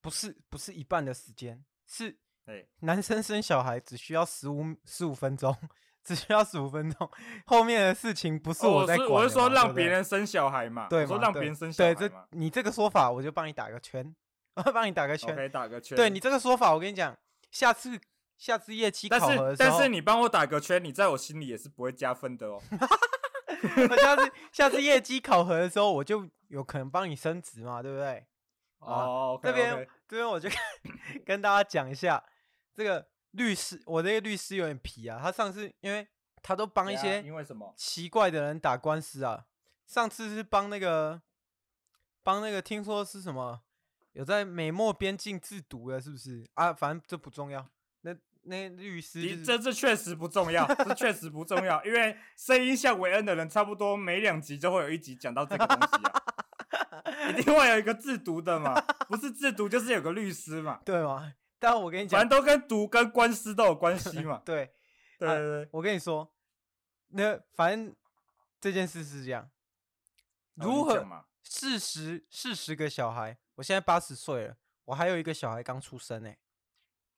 Speaker 1: 不是不是一半的时间，是
Speaker 3: 对，
Speaker 1: 男生生小孩只需要十五十五分钟， *laughs* 只需要十五分钟，后面的事情不是
Speaker 3: 哦
Speaker 1: 在管的嘛、
Speaker 3: 我是说
Speaker 1: 对
Speaker 3: 让
Speaker 1: 不
Speaker 3: 别
Speaker 1: 对
Speaker 3: 人生小孩嘛，
Speaker 1: 对
Speaker 3: 我说
Speaker 1: 嘛
Speaker 3: 让
Speaker 1: 对
Speaker 3: 别人生小
Speaker 1: 对，
Speaker 3: 孩
Speaker 1: 这
Speaker 3: 嘛。
Speaker 1: 你这个说法，我就帮你打个圈， *laughs* 我帮你打个圈。
Speaker 3: OK，打个圈。
Speaker 1: 对你这个说法，我跟你讲，下次下次业绩考
Speaker 3: 但
Speaker 1: 核的
Speaker 3: 是
Speaker 1: 时候，
Speaker 3: 但是你帮我打个圈，你在我心里也是不会加
Speaker 1: *laughs*
Speaker 3: 分的哦。
Speaker 1: 我 *laughs* 下次下次业绩考核的时候，我就有可能帮你升职嘛，对不对？
Speaker 3: 哦，
Speaker 1: 这边这边我
Speaker 3: *laughs*
Speaker 1: 就跟大家讲一下，这个律师，我这个律师有点皮啊，他上次因为他都帮
Speaker 3: 帮
Speaker 1: 一些
Speaker 3: 啊因为什么？
Speaker 1: 奇怪的人打官司啊。上次是帮那个帮那个，听说是什么有在美墨边境制毒的，是不是啊？反正这不重要。那那律师、就
Speaker 3: 你
Speaker 1: 是、
Speaker 3: 这这确实不
Speaker 1: *laughs*
Speaker 3: 重要，这确实不重要，因为声音像韦恩的人，差不多每两集就会有一集讲到这个东
Speaker 1: *laughs*
Speaker 3: 西啊，一定会有一个制毒的嘛，不是制毒就是有个律师嘛，
Speaker 1: 对吗？但我跟你讲。
Speaker 3: 反正，都跟毒跟官司都有关系嘛
Speaker 1: *laughs* 对
Speaker 3: 对对对，
Speaker 1: 我跟你说，那反正这件事是这样，
Speaker 3: 然后
Speaker 1: 如
Speaker 3: 你
Speaker 1: 何
Speaker 3: 讲嘛？
Speaker 1: 四十四十个小孩，我现在八十岁了，我还有一个小孩刚出生呢、欸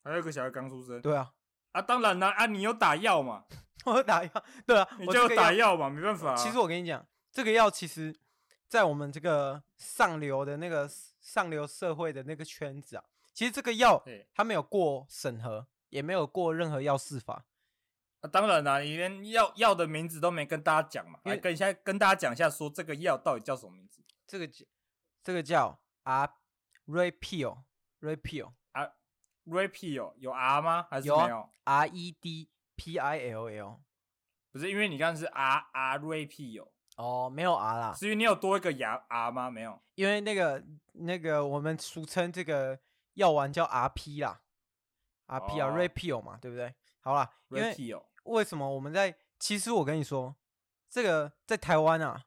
Speaker 3: 还有一个小孩刚出生
Speaker 1: 对啊， *laughs*
Speaker 3: 啊，当然啦啊，你有打药嘛，
Speaker 1: 我打药，对啊，
Speaker 3: 你
Speaker 1: 我
Speaker 3: 就有
Speaker 1: 这个
Speaker 3: 打
Speaker 1: 药
Speaker 3: 药嘛，没办法啊。
Speaker 1: 其实我跟你讲，这个药其实，在我们这个上流的那个上流社会的那个圈子啊，其实这个药
Speaker 3: 对
Speaker 1: 它没有过审核，也没有过任何药事法。
Speaker 3: 啊，当然啦，你连药药的名字都没跟大家讲嘛，
Speaker 1: 因为
Speaker 3: 来跟一下跟大家讲一下，说这个药到底叫什么名字
Speaker 1: 这个叫这个叫啊 R repeal repeal
Speaker 3: 啊 r a p i o 有 R 吗？还是
Speaker 1: 有
Speaker 3: 没
Speaker 1: 啊
Speaker 3: 有
Speaker 1: R E D P I L L
Speaker 3: 不是，因为你刚刚是 R R R P 有，
Speaker 1: 哦，没有 R 啦，
Speaker 3: 是因为你有多一个牙 R 吗？没有
Speaker 1: 因为那个那个我们俗称这个药丸叫 RP 啦，RP 啊、
Speaker 3: 哦
Speaker 1: repeal 嘛，对不对？好啦，因
Speaker 3: ，R
Speaker 1: 为
Speaker 3: P 有
Speaker 1: 为什么我们在？其实我跟你说，这个在台湾啊，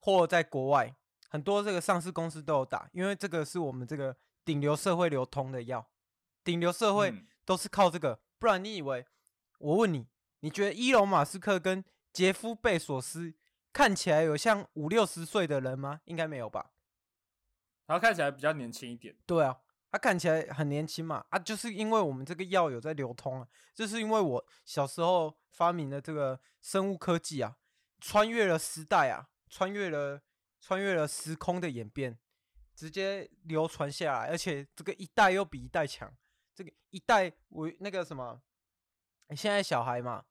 Speaker 1: 或在国外，很多这个上市公司都有打，因为这个是我们这个顶流社会流通的药，顶流社会
Speaker 3: 嗯
Speaker 1: 都是靠这个。不然你以为？我问你，你觉得伊隆马斯克跟杰夫贝索斯看起来有像五六十岁的人吗？应该没有吧？
Speaker 3: 他看起来比较年轻一点，
Speaker 1: 对啊，他看起来很年轻嘛，啊，就是因为我们这个药有在流通啊，就是因为我小时候发明的这个生物科技啊，穿越了时代啊，穿越了穿越了时空的演变，直接流传下来，而且这个一代又比一代强，这个一代我那个什么，现在小孩嘛，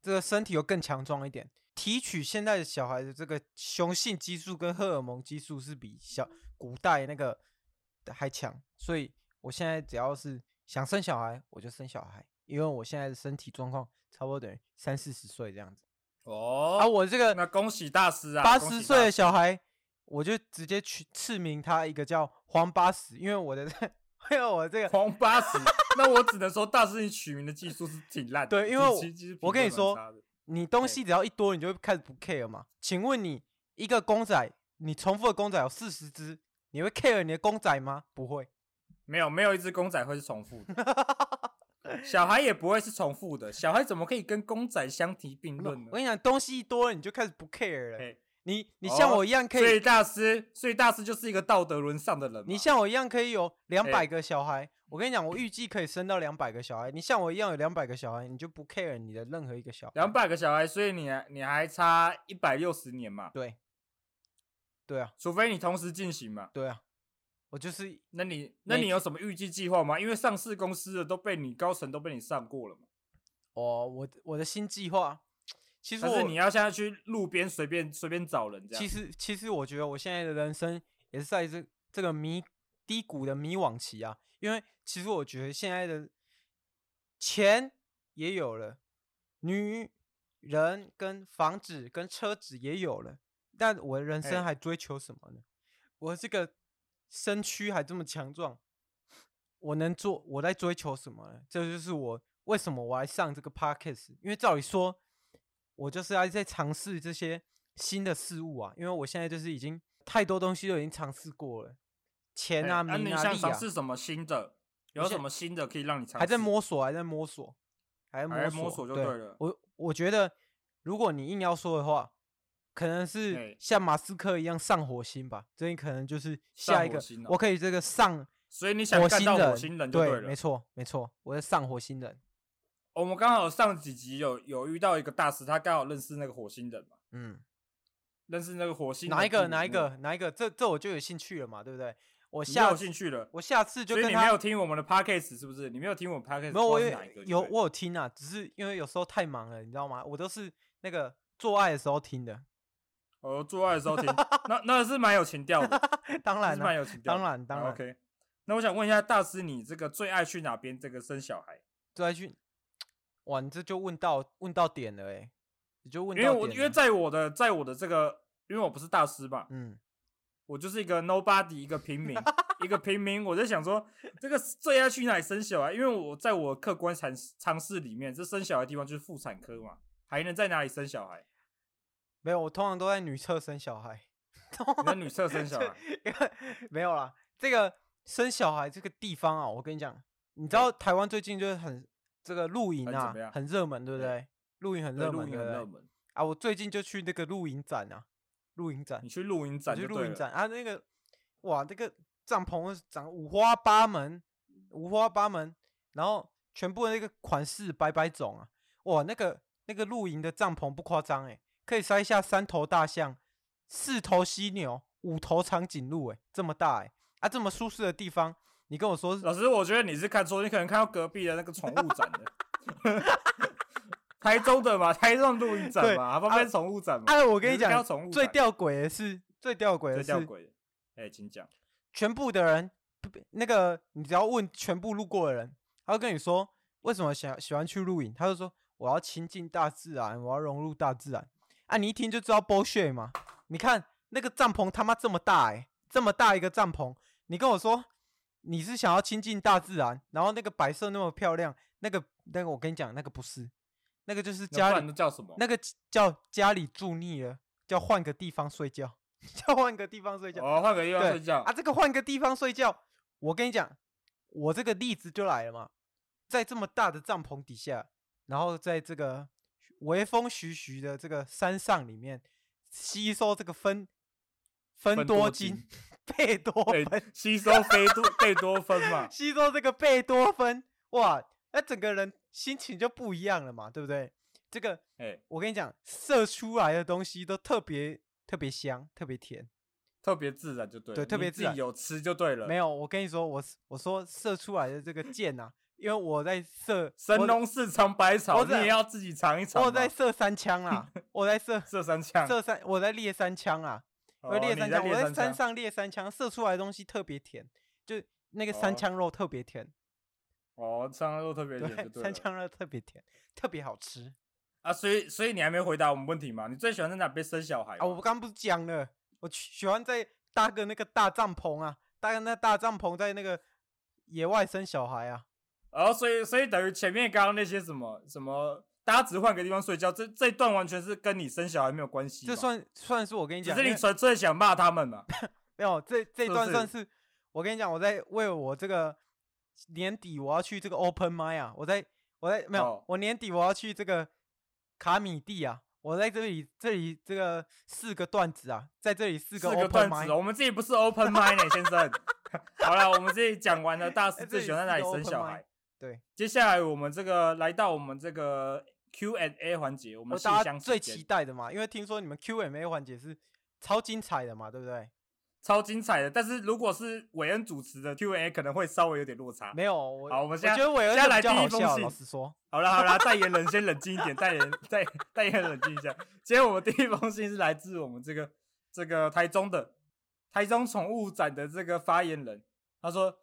Speaker 1: 这个身体又更强壮一点。提取现在的小孩的这个雄性激素跟荷尔蒙激素是比小古代那个的还强，所以我现在只要是想生小孩，我就生小孩，因为我现在的身体状况差不多等于三四十岁这样子。
Speaker 3: 哦
Speaker 1: 啊，我这个
Speaker 3: 那恭喜大师啊，
Speaker 1: 八
Speaker 3: 恭喜
Speaker 1: 十
Speaker 3: 大
Speaker 1: 岁的
Speaker 3: 师
Speaker 1: 小孩，我就直接取赐名他一个叫黄八十，因为我的因为我这 *laughs* 个
Speaker 3: 狂八十，那我只能说大师你取名的技术是挺烂的，
Speaker 1: 对因为
Speaker 3: 其
Speaker 1: 我
Speaker 3: 实其实
Speaker 1: 我跟
Speaker 3: 品
Speaker 1: 你
Speaker 3: 味蛮
Speaker 1: 说
Speaker 3: 差的
Speaker 1: 你东
Speaker 3: 对
Speaker 1: 西只要一多，你就会开始不 care 嘛。请问你一个公仔，你重复的公仔有四十只，你会 care 你的公仔吗？不会。
Speaker 3: 没有没有一只公仔会是重复
Speaker 1: *laughs*
Speaker 3: 的。小孩也不会是重复的，小孩怎么可以跟公仔相提并
Speaker 1: 没有
Speaker 3: 论呢
Speaker 1: 我？跟你讲，东西一多了你就开始不 care 了。
Speaker 3: 哎
Speaker 1: 你你像
Speaker 3: 哦
Speaker 1: 我一样可
Speaker 3: 所
Speaker 1: 以，
Speaker 3: 以大师，所以大师就是一个道德沦丧的人嘛。
Speaker 1: 你像我一样可以有两
Speaker 3: 哎
Speaker 1: 百个小孩。我跟你讲，我预计可以生到两百个小孩。你像我一样有两百个小孩，你就不 care 你的任何一个小孩。
Speaker 3: 两百个小孩，所以你还你还差一百六十年嘛，
Speaker 1: 对，对啊，
Speaker 3: 除非你同时进行嘛。
Speaker 1: 对啊，我就是
Speaker 3: 那你那
Speaker 1: 每
Speaker 3: 你有什么预计计划吗？因为上市公司的都被你高层都被你上过了嘛。
Speaker 1: 哦，我的我的新计划，其实
Speaker 3: 但
Speaker 1: 我
Speaker 3: 是你要现在去路边随便随便找人这
Speaker 1: 其
Speaker 3: 样，
Speaker 1: 实其实我觉得我现在的人生也是在这这个迷低谷的迷惘期啊，因为其实我觉得现在的钱也有了，女人跟房子跟车子也有了，但我的人
Speaker 3: 哎
Speaker 1: 生还追求什么呢？我这个身躯还这么强壮，我能做我在追求什么呢？这就是我为什么我来上这个 podcast，因为照理说，我就是还在尝试这些新的事物啊，因为我现在就是已经太多东西都已经尝试过了，钱
Speaker 3: 哎
Speaker 1: 啊、
Speaker 3: 那
Speaker 1: 名
Speaker 3: 你
Speaker 1: 啊、
Speaker 3: 想
Speaker 1: 利
Speaker 3: 尝
Speaker 1: 啊，
Speaker 3: 试什么新的？有
Speaker 1: 现在
Speaker 3: 什么新的可以让你尝试？
Speaker 1: 还在摸索，还在摸索，还在
Speaker 3: 还在
Speaker 1: 摸
Speaker 3: 摸索就对了
Speaker 1: 我我觉得，如果你硬要说的话，可能是
Speaker 3: 哎
Speaker 1: 像马斯克一样上火星吧，这可能就是下
Speaker 3: 上
Speaker 1: 一
Speaker 3: 火
Speaker 1: 个，
Speaker 3: 星哦
Speaker 1: 我可以这个上
Speaker 3: 所以你想
Speaker 1: 火
Speaker 3: 干
Speaker 1: 星
Speaker 3: 到
Speaker 1: 人，
Speaker 3: 火星人就
Speaker 1: 对
Speaker 3: 对了
Speaker 1: 没。错没错，我是上火星人，
Speaker 3: 我们刚好上几集有有遇到一个大师，他刚好认识那个火星人嘛，
Speaker 1: 嗯，
Speaker 3: 认识那个火星人
Speaker 1: 哪一个
Speaker 3: 蒂姆
Speaker 1: 哪一
Speaker 3: 姆
Speaker 1: 个哪一个，这这我就有兴趣了嘛，对不对？我
Speaker 3: 你
Speaker 1: 下
Speaker 3: 有
Speaker 1: 次
Speaker 3: 兴趣了？
Speaker 1: 我下次就
Speaker 3: 所以
Speaker 1: 跟
Speaker 3: 你
Speaker 1: 他
Speaker 3: 没有听我们的 podcast 是不是？你没有听我们 podcast，
Speaker 1: 没有，我
Speaker 3: 不
Speaker 1: 有
Speaker 3: 知道是哪一个
Speaker 1: 有
Speaker 3: 对
Speaker 1: 我有听啊，只是因为有时候太忙了，你知道吗？我都是那个做爱的时候听的， *laughs*
Speaker 3: 我做爱的时候听，那那是蛮有情调的，
Speaker 1: *laughs* 当
Speaker 3: 那
Speaker 1: 然
Speaker 3: 是
Speaker 1: 啦、
Speaker 3: 蛮有情调的，
Speaker 1: 当然当
Speaker 3: 啊
Speaker 1: 然，
Speaker 3: OK，那我想问一下大师，你这个最爱去哪边？这个生小孩？
Speaker 1: 最爱去，哇，你这就问到问到点了哎、你就问
Speaker 3: 因
Speaker 1: 到
Speaker 3: 为
Speaker 1: 点
Speaker 3: 我因为
Speaker 1: 了
Speaker 3: 在我的在我的这个，因为我不是大师嘛，
Speaker 1: 嗯，
Speaker 3: 我就是一个 nobody，一个平民，一个平民。我在想说，这个最爱去哪里生小孩？因为我在我客观尝尝试里面，这生小孩的地方就是妇产科嘛，还能在哪里生小孩？
Speaker 1: 没有，我通常都在女厕生小孩，，
Speaker 3: 你在女厕生小孩
Speaker 1: 因为 *laughs* 没有啦，这个生小孩这个地方啊，我跟你讲，你知
Speaker 3: 对
Speaker 1: 道台湾最近就是很这个露营
Speaker 3: 很怎
Speaker 1: 啊
Speaker 3: 么样，
Speaker 1: 很热门，对不
Speaker 3: 对
Speaker 1: 对？露营很
Speaker 3: 对
Speaker 1: 热
Speaker 3: 露
Speaker 1: 门，
Speaker 3: 营
Speaker 1: 对
Speaker 3: 很
Speaker 1: 不
Speaker 3: 热
Speaker 1: 对？
Speaker 3: 门，
Speaker 1: 啊，我最近就去那个露营展啊，露营展
Speaker 3: 你，去露营
Speaker 1: 我
Speaker 3: 展
Speaker 1: 去
Speaker 3: 就
Speaker 1: 露
Speaker 3: 对
Speaker 1: 营
Speaker 3: 了
Speaker 1: 展啊，那个哇，这个帐篷长五花八门，
Speaker 3: 嗯
Speaker 1: 五花八门，然后全部的那个款式百百种啊，哇，那个那个露营的帐篷不夸张哎，可以塞下三头大象、四头犀牛、五头长颈鹿哎、这么大哎、啊，这么舒适的地方，你跟我说
Speaker 3: 老师，我觉得你是看错，你可能看到隔壁的那个宠物展的，台中的嘛，台中露营展
Speaker 1: 对
Speaker 3: 嘛，旁边宠物展嘛。
Speaker 1: 哎、我跟
Speaker 3: 你
Speaker 1: 你
Speaker 3: 是看到
Speaker 1: 讲，
Speaker 3: 宠物
Speaker 1: 最
Speaker 3: 展
Speaker 1: 吊诡的是，最吊诡的
Speaker 3: 啊最
Speaker 1: 是，
Speaker 3: 吊诡的，哎，请讲。
Speaker 1: 全部的人，不不那个你只要问全部路过的人，他会跟你说为什么想喜欢去露营，他就说我要亲近大自然，我要融入大自然。啊，你一听就知道 bullshit 嘛。你看那个帐篷他妈这么大哎、这么大一个帐篷，你跟我说你是想要亲近大自然，然后那个白色那么漂亮，那个那个我跟你讲，那个不是，那个就是
Speaker 3: 那不
Speaker 1: 家
Speaker 3: 然
Speaker 1: 里
Speaker 3: 都叫什么？
Speaker 1: 那个叫家里住腻了，叫换个地方睡觉， *laughs* 叫换个地方睡觉。
Speaker 3: 哦，换个地方
Speaker 1: 对
Speaker 3: 睡觉
Speaker 1: 啊，这个换个地方睡觉，我跟你讲，我这个例子就来了嘛，在这么大的帐篷底下，然后在这个微风徐徐的这个山上里面，吸收这个分
Speaker 3: 分
Speaker 1: 分
Speaker 3: 多
Speaker 1: 多
Speaker 3: 精
Speaker 1: *laughs* 精、贝多
Speaker 3: *laughs* 对
Speaker 1: 芬，，
Speaker 3: 吸收贝多 *laughs* 贝多芬嘛
Speaker 1: 吸收这个贝多芬，哇，那整个人心情就不一样了嘛，对不对？这个
Speaker 3: 哎，
Speaker 1: 我跟你讲，射出来的东西都特别特别香，特别甜。
Speaker 3: 特别自然就对了。
Speaker 1: 对特别
Speaker 3: 你自
Speaker 1: 自
Speaker 3: 己
Speaker 1: 然
Speaker 3: 有吃就对 *laughs* 了。
Speaker 1: 没
Speaker 3: 有
Speaker 1: 有，我跟你说，我是我说射出来的这个箭啊，因为我在射
Speaker 3: 神
Speaker 1: 我
Speaker 3: 农氏尝百草，
Speaker 1: 我
Speaker 3: 你
Speaker 1: 在
Speaker 3: 也要自己尝一尝嘛。
Speaker 1: 我在射三枪
Speaker 3: *laughs*
Speaker 1: 啦，我在射
Speaker 3: 射三枪，
Speaker 1: 射三，我在猎三枪啊，我
Speaker 3: 哦
Speaker 1: 在猎
Speaker 3: 你
Speaker 1: 三
Speaker 3: 在
Speaker 1: 枪，我在
Speaker 3: 三
Speaker 1: 山
Speaker 3: 枪。
Speaker 1: 上猎三枪，射出来的东西特别甜，就那个
Speaker 3: 哦
Speaker 1: 三枪肉特别甜，
Speaker 3: 哦，三枪肉特别甜就
Speaker 1: 对，
Speaker 3: 对
Speaker 1: 三
Speaker 3: 了。
Speaker 1: 枪肉特别甜，特别好吃
Speaker 3: 啊，所以所以你还没回答我们问题嘛？你最喜欢在哪边生小孩
Speaker 1: 啊！
Speaker 3: 嘛？
Speaker 1: 我刚不是讲了，我去喜欢在搭个那个大帐篷啊，搭个那大帐篷在那个野外生小孩啊，
Speaker 3: 然后哦所以所以等于前面刚刚那些什么什么，大家只是换个地方睡觉，这这一段完全是跟你生小孩没有关系嘛。
Speaker 1: 这算算是我跟你
Speaker 3: 只
Speaker 1: 讲，
Speaker 3: 是
Speaker 1: 因
Speaker 3: 你
Speaker 1: 为
Speaker 3: 纯粹想骂他们嘛？
Speaker 1: 没有，这这一
Speaker 3: 是不
Speaker 1: 段算
Speaker 3: 是
Speaker 1: 是我跟你讲，我在为我这个年底我要去这个 Open m i 啊，我在我在没有，
Speaker 3: 哦
Speaker 1: 我年底我要去这个卡米蒂啊，我在这里这里这个四个段子啊，在这里四
Speaker 3: 四
Speaker 1: 个
Speaker 3: 个
Speaker 1: open
Speaker 3: 段
Speaker 1: mic
Speaker 3: 子哦，我们自己不是 open mind 呢，先
Speaker 1: *laughs*
Speaker 3: 生。好了，我们自己讲完了大师最喜欢在哪里生小
Speaker 1: 哎哎这里是个 open
Speaker 3: 孩
Speaker 1: mic。对，
Speaker 3: 接下来我们这个来到我们这个 Q and A 环节，我们
Speaker 1: 我
Speaker 3: 信
Speaker 1: 哦大家
Speaker 3: 箱
Speaker 1: 最
Speaker 3: 时
Speaker 1: 期
Speaker 3: 间
Speaker 1: 待的嘛，因为听说你们 Q&A 环节是超精彩的嘛，对不对？
Speaker 3: 超精彩的。但是如果是韦恩主持的 Q and A，可能会稍微有点落差。
Speaker 1: 没有，我
Speaker 3: 好我们现在
Speaker 1: 觉得韦恩
Speaker 3: 现在来
Speaker 1: 比较
Speaker 3: 第一
Speaker 1: 好
Speaker 3: 封
Speaker 1: 笑，
Speaker 3: 信
Speaker 1: 老实说，
Speaker 3: 好啦好啦，代言人先冷静一点， *laughs* 代言代代言人冷静一下。今天我们第一封信是来自我们这个这个台中的台中宠物展的这个发言人，他说：“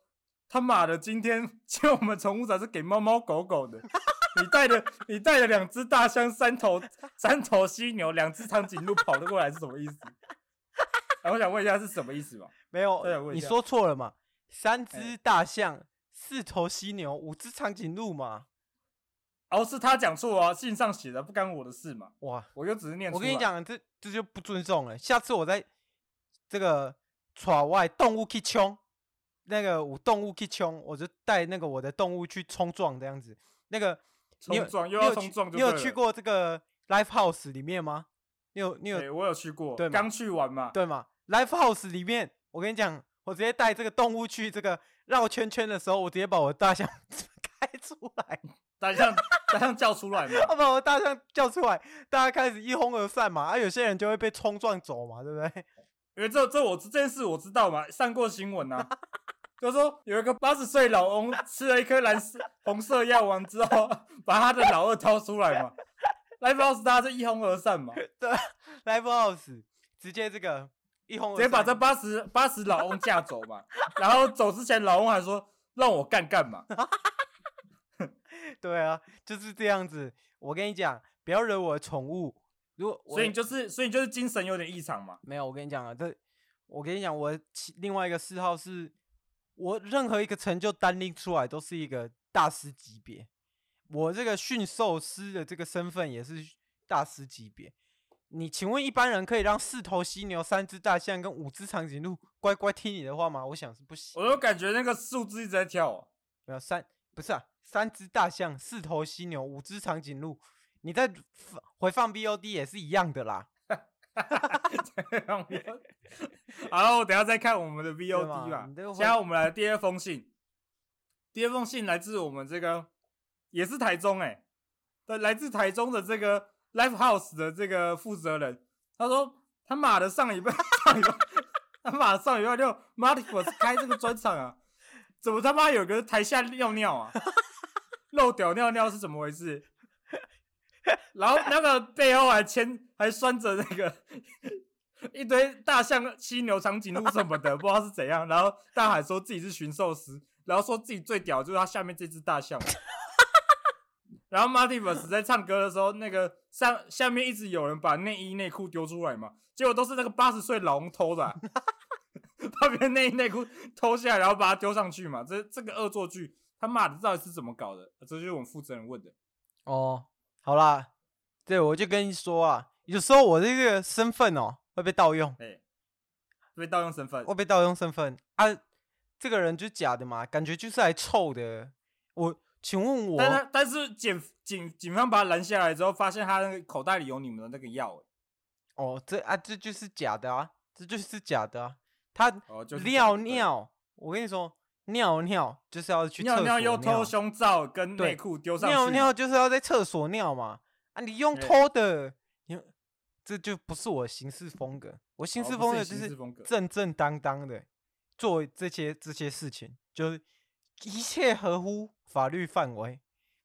Speaker 3: 他妈的，今天今天我们宠物展是给猫猫狗狗的， *laughs* 你带了你带了两只大象、三头三头犀牛、两只长颈鹿跑了过来是什么意思？”啊、我想问一下是什么意思嘛？
Speaker 1: 没有
Speaker 3: 对我，也
Speaker 1: 你
Speaker 3: 这样
Speaker 1: 说错了嘛，三只
Speaker 3: 哎
Speaker 1: 大象，四头犀牛，五只长颈鹿嘛，
Speaker 3: 哦，是他讲错啊，信上写的不干我的事嘛，
Speaker 1: 哇，
Speaker 3: 我就只是念出
Speaker 1: 我跟你
Speaker 3: 来，
Speaker 1: 讲，这这就不尊重了。下次我在这个耍外动物去冲，那个我动物去冲，我就带那个我的动物去冲撞这样子。那个你有
Speaker 3: 冲撞
Speaker 1: 你
Speaker 3: 又要
Speaker 1: 有
Speaker 3: 冲
Speaker 1: 去
Speaker 3: 撞就
Speaker 1: 你有
Speaker 3: 对
Speaker 1: 去
Speaker 3: 了
Speaker 1: 过这个 live house 里面吗？你有你有、
Speaker 3: 对，我有去过，
Speaker 1: 对嘛
Speaker 3: 刚去完嘛，
Speaker 1: 对吗？live house 里面，我跟你讲，我直接带这个动物去这个绕圈圈的时候，我直接把我的大象 *laughs* 开出来。
Speaker 3: 大象大象叫出来嘛，
Speaker 1: 他把我大象叫出来，大家开始一哄而散嘛，啊，有些人就会被冲撞走嘛，对不对？
Speaker 3: 因为这这我知这件事我知道嘛，上过新闻啊，就说有一个八十岁老翁吃了一颗蓝色红色药丸之后，把他的老二掏出来嘛，来不是大家就一哄而散嘛，直
Speaker 1: 对，Live House 直接这个一哄而
Speaker 3: 接把这
Speaker 1: 散
Speaker 3: 八十八十老翁架走嘛，然后走之前老翁还说让我干干嘛，
Speaker 1: *laughs* 对啊，就是这样子。我跟你讲，不要惹我的宠物。如果我
Speaker 3: 所以你就是所以你就是精神有点异常嘛，
Speaker 1: 没有，我跟你讲啊，这我跟你讲，我其另外一个嗜好是，我任何一个成就单拎出来都是一个大师级别。我这个驯兽师的这个身份也是大师级别。你请问一般人可以让四头犀牛、三只大象跟五只长颈鹿乖乖听你的话吗？我想是不行。
Speaker 3: 我就感觉那个数字一直在跳、哦。
Speaker 1: 没有三不是啊，三只大象，四头犀牛，五只长颈鹿，你在放回放 BOD 也是一样的啦，
Speaker 3: 让我 *laughs* 好了，我等一下再看我们的 VOD
Speaker 1: 啊嘛
Speaker 3: 吧
Speaker 1: 你这个。会
Speaker 3: 现在我们来第二封信，第二封信来自我们这个也是台中哎、欸，对，来自台中的这个 Live House 的这个负责人，他说他妈的上礼拜上礼拜 *laughs* 他妈的上礼拜六 Marticus 开这个专场啊，怎么他妈有个台下尿尿啊，漏屌尿尿是怎么回事？然后那个背后还牵还拴着那个一堆大象、犀牛、长颈鹿什么的，不知道是怎样。然后大海说自己是驯兽师，然后说自己最屌就是他下面这只大象。然后 Martivus 在唱歌的时候，那个上下面一直有人把内衣内裤丢出来嘛，结果都是那个八十岁老翁偷的啊、把别人内衣内裤偷下来，然后把它丢上去嘛。这这个恶作剧，他妈的到底是怎么搞的？这就是我们负责人问的。
Speaker 1: 哦，好啦，对我就跟你说啊，有时候我这个身份哦会被盗用，
Speaker 3: 哎、被盗用身份
Speaker 1: 会，被盗用身份啊，这个人就假的嘛，感觉就是来臭的。我请问我
Speaker 3: 但他但是警警警方把他拦下来之后，发现他那个口袋里有你们的那个药、欸，
Speaker 1: 哦，这啊这就是假的啊，这就是假的啊，他
Speaker 3: 哦，就是
Speaker 1: 尿
Speaker 3: 对
Speaker 1: 尿，我跟你说尿尿就是要去厕
Speaker 3: 尿
Speaker 1: 所
Speaker 3: 尿又偷胸罩跟
Speaker 1: 对
Speaker 3: 内裤丢上去，哦
Speaker 1: 尿尿就是要在厕所尿嘛，啊，你用
Speaker 3: 对
Speaker 1: 偷的，你这就不是我行事风格，我行
Speaker 3: 哦
Speaker 1: 事
Speaker 3: 不
Speaker 1: 风
Speaker 3: 是
Speaker 1: 格
Speaker 3: 你
Speaker 1: 就
Speaker 3: 行
Speaker 1: 是
Speaker 3: 事风格
Speaker 1: 正正当当的做这些这些事情，就是一切合乎法律范围，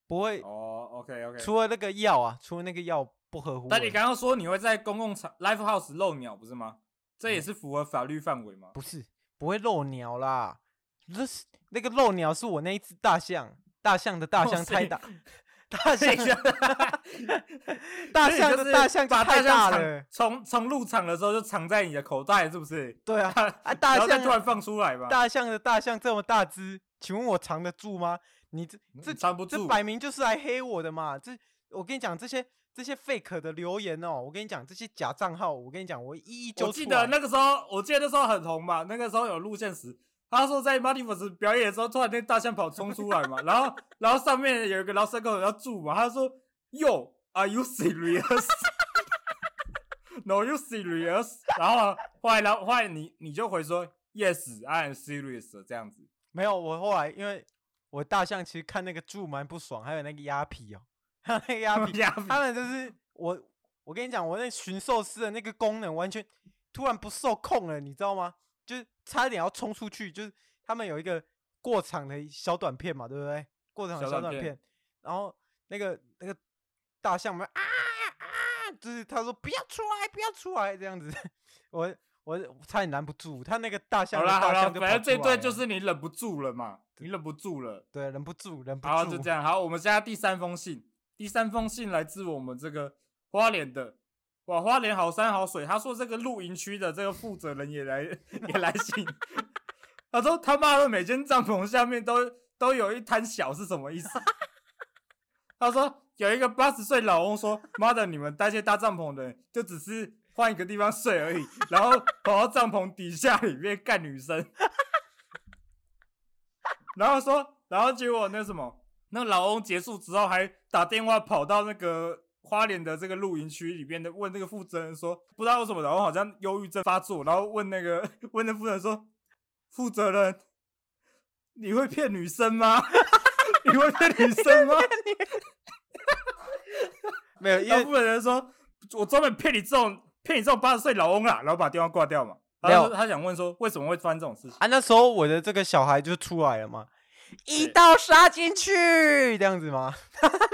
Speaker 1: 不会、
Speaker 3: 哦，OK OK。
Speaker 1: 除了那个药啊，除了那个药不合乎而已。
Speaker 3: 但你刚刚说你会在公共场 live house 漏尿，不是吗？这也是符合法律范围吗？
Speaker 1: 嗯不是不会漏鸟啦，那是那个漏鸟是我那一只大象，大象的大
Speaker 3: 哦
Speaker 1: 象
Speaker 3: 是
Speaker 1: 太
Speaker 3: 你 *laughs*
Speaker 1: 大，大象
Speaker 3: 等一下
Speaker 1: *laughs* 大
Speaker 3: 所以
Speaker 1: 象
Speaker 3: 你
Speaker 1: 的
Speaker 3: 就是
Speaker 1: 大象就
Speaker 3: 把
Speaker 1: 太
Speaker 3: 大
Speaker 1: 大
Speaker 3: 象
Speaker 1: 了
Speaker 3: 藏从从入场的时候就藏在你的口袋，是不是？ *laughs*
Speaker 1: 对啊啊大
Speaker 3: 然后再
Speaker 1: 象
Speaker 3: 突然放出来吧，
Speaker 1: 大象的大象这么大只，请问我藏得住吗？你这这
Speaker 3: 嗯藏不
Speaker 1: 这
Speaker 3: 住。
Speaker 1: 摆明就是来黑我的嘛！这我跟你讲，这些这些 fake 的留言哦，我跟你讲，这些假账号，我跟你讲，我一一揪
Speaker 3: 我
Speaker 1: 出
Speaker 3: 记
Speaker 1: 来。
Speaker 3: 得那个时候，我记得那时候很红嘛，那个时候有录现实。他说在 m a r t i v e s 表演的时候，突然那大象跑冲出来嘛，然后然后上面有一个老师跟我要住嘛，他说 Yo，Are you serious？ *laughs* No, you serious？然后呢后来，然后后来你你就回说 Yes, I am serious 这样子。
Speaker 1: 没有，我后来因为我大象其实看那个柱蛮不爽，还有那个鸭皮哦， *laughs* 还有那个鸭
Speaker 3: *laughs*
Speaker 1: 皮，
Speaker 3: 呀
Speaker 1: 他们就是我，我跟你讲，我那驯兽师的那个功能完全突然不受控了，你知道吗？就是差一点要冲出去，就是他们有一个过场的小短片嘛，对不对？过场的
Speaker 3: 小
Speaker 1: 小
Speaker 3: 短
Speaker 1: 短
Speaker 3: 片
Speaker 1: 片，然后那个那个大象们啊啊，就是他说不要出来，不要出来这样子，我我差点拦不住他那个大象
Speaker 3: 好
Speaker 1: 的
Speaker 3: 啦
Speaker 1: 大
Speaker 3: 好
Speaker 1: 象
Speaker 3: 啦，
Speaker 1: 就
Speaker 3: 反
Speaker 1: 跑
Speaker 3: 正这
Speaker 1: 出
Speaker 3: 对
Speaker 1: 来
Speaker 3: 就
Speaker 1: 了
Speaker 3: 是你忍不住了嘛，你忍不住了。
Speaker 1: 对，忍不住，忍不
Speaker 3: 好，
Speaker 1: 住，
Speaker 3: 就这样。好，我们现在第三封信，第三封信来自我们这个花莲的。哇，花莲好山好水。他说这个露营区的这个负责人也来也来信， *laughs* 他说他妈的每间帐篷下面都都有一滩小是什么意思？ *laughs* 他说有一个八十岁老翁说：“妈的，你们搭些搭帐篷的人就只是换一个地方睡而已，然后跑到帐篷底下里面干女生。”然后说，然后结果那什么，那老翁结束之后还打电话跑到那个花莲的这个露营区里面的，问那个负责人说，不知道为什么老翁好像忧郁症发作，然后问那个问那负责人说，负责人，你会骗女生吗？ *laughs* 你会骗
Speaker 1: *laughs*
Speaker 3: 女生吗？
Speaker 1: 没有，因
Speaker 3: 然
Speaker 1: 为
Speaker 3: 后负责人说，我专门骗你这种骗你这种八十岁老翁啦，然后把电话挂掉嘛。
Speaker 1: 没
Speaker 3: 然
Speaker 1: 有
Speaker 3: 后他想问说，为什么会发生这种事情？
Speaker 1: 啊，那时候我的这个小孩就出来了嘛，一
Speaker 3: 对
Speaker 1: 刀杀进去，这样子嘛，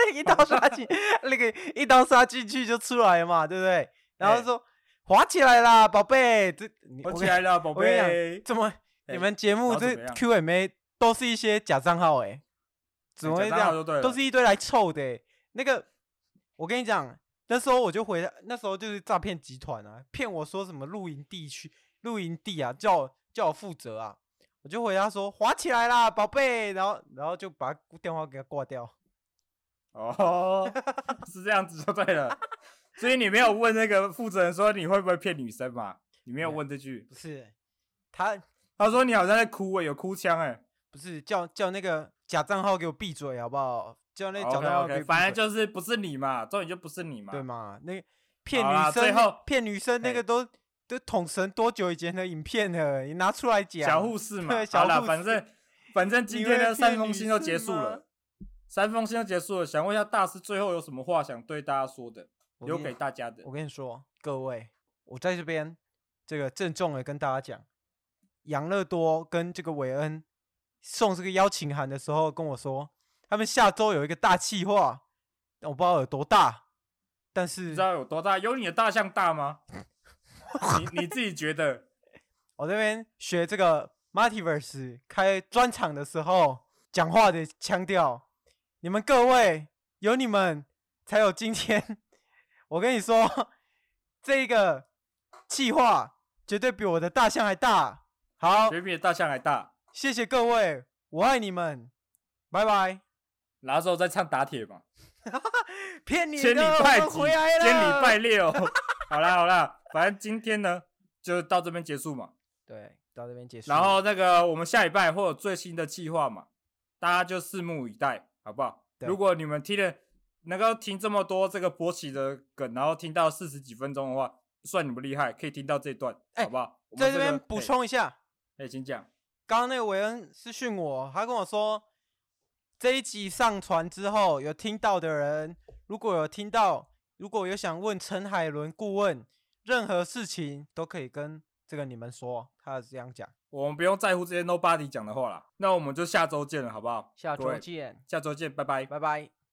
Speaker 1: *laughs* 一刀杀
Speaker 3: *laughs*
Speaker 1: 进，那个一刀杀进去就出来了嘛，对不对？然后
Speaker 3: 对
Speaker 1: 说滑起来啦，宝贝，这你
Speaker 3: 我
Speaker 1: 我
Speaker 3: 起
Speaker 1: 跟
Speaker 3: 来了，宝
Speaker 1: 我跟你讲
Speaker 3: 贝。
Speaker 1: 怎么你
Speaker 3: 哎
Speaker 1: 们节
Speaker 3: 然
Speaker 1: 目
Speaker 3: 后怎
Speaker 1: 这
Speaker 3: 么样
Speaker 1: Q&A 都是一些假账号哎、怎么
Speaker 3: 假
Speaker 1: 会这
Speaker 3: 账号
Speaker 1: 样
Speaker 3: 就对？
Speaker 1: 都
Speaker 3: 了
Speaker 1: 是一堆来凑的、欸。那个，我跟你讲，那时候我就回，那时候就是诈骗集团啊，骗我说什么露营地区、露营地啊，叫我叫我负责啊。我就回答说滑起来啦，宝贝，然后然后就把电话给他挂掉。
Speaker 3: 哦， *laughs* 是这样子就对了。所以你没有问那个负责人说你会不会骗女生嘛？你没有问这句。
Speaker 1: 不是，他
Speaker 3: 他说你好像在哭欸诶、有哭腔诶、
Speaker 1: 不是叫叫那个假账号给我闭嘴好不好？叫那假
Speaker 3: OK
Speaker 1: 账号给我
Speaker 3: OK，
Speaker 1: 闭
Speaker 3: 反
Speaker 1: 嘴
Speaker 3: 正就是不是你嘛，重点就不是你嘛。
Speaker 1: 对嘛？那个骗
Speaker 3: 好
Speaker 1: 女
Speaker 3: 啦
Speaker 1: 生，
Speaker 3: 最后
Speaker 1: 骗女生那
Speaker 3: 嘿
Speaker 1: 个都都统神多久以前的影片了？你拿出来讲。
Speaker 3: 小护士嘛
Speaker 1: 对，
Speaker 3: 好
Speaker 1: 小
Speaker 3: 啦，
Speaker 1: 护
Speaker 3: 反正
Speaker 1: *laughs* 士
Speaker 3: 反正今天
Speaker 1: 你
Speaker 3: 的
Speaker 1: 会
Speaker 3: 三
Speaker 1: 骗
Speaker 3: 封
Speaker 1: 女
Speaker 3: 信就结束
Speaker 1: 生
Speaker 3: 了
Speaker 1: 吗，
Speaker 3: 三封信就结束了。想问一下大师，最后有什么话想对大家说的，
Speaker 1: 我
Speaker 3: 留
Speaker 1: 跟
Speaker 3: 给
Speaker 1: 你
Speaker 3: 大家的
Speaker 1: 我？跟你说，各位，我在这边这个郑重的跟大家讲，养乐多跟这个韦恩送这个邀请函的时候跟我说，他们下周有一个大计划，我不知道有多大，但
Speaker 3: 你
Speaker 1: 是
Speaker 3: 知道有多大？有你的大象
Speaker 1: *laughs*
Speaker 3: 大吗？你你自己觉得？
Speaker 1: 我这边学这个 Multiverse 开专场的时候讲话的腔调，你们各位有你们才有今天。我跟你说，这个计划绝对比我的大象还大。好，
Speaker 3: 比你的大象还大。
Speaker 1: 谢谢各位，我爱你们，拜拜。
Speaker 3: 然后之后再唱打铁嘛，
Speaker 1: 骗你的，
Speaker 3: 千里拜
Speaker 1: 我
Speaker 3: 几，
Speaker 1: 们回来了，
Speaker 3: 千里拜。六。 *laughs* 好啦好啦，反正今天呢就到这边结束嘛。
Speaker 1: 对，到这边结束。
Speaker 3: 然后那个我们下礼拜会有最新的计划嘛，大家就拭目以待，好不好？
Speaker 1: 对
Speaker 3: 如果你们听了能够听这么多这个勃起的梗，然后听到四十几分钟的话，算你们厉害，可以听到这段，
Speaker 1: 哎
Speaker 3: 好不好？我们
Speaker 1: 在
Speaker 3: 这
Speaker 1: 这
Speaker 3: 个
Speaker 1: 边补，充一下。
Speaker 3: 哎，哎请讲。
Speaker 1: 刚刚那个韦恩私讯我，他跟我说，这一集上传之后，有听到的人，如果有听到，如果有想问陈海伦顾问任何事情，都可以跟这个你们说，他是这样讲。
Speaker 3: 我们不用在乎这些 nobody 讲的话啦，那我们就下周见了，好不好？各位
Speaker 1: 见，
Speaker 3: 下周见，拜拜。
Speaker 1: 拜拜。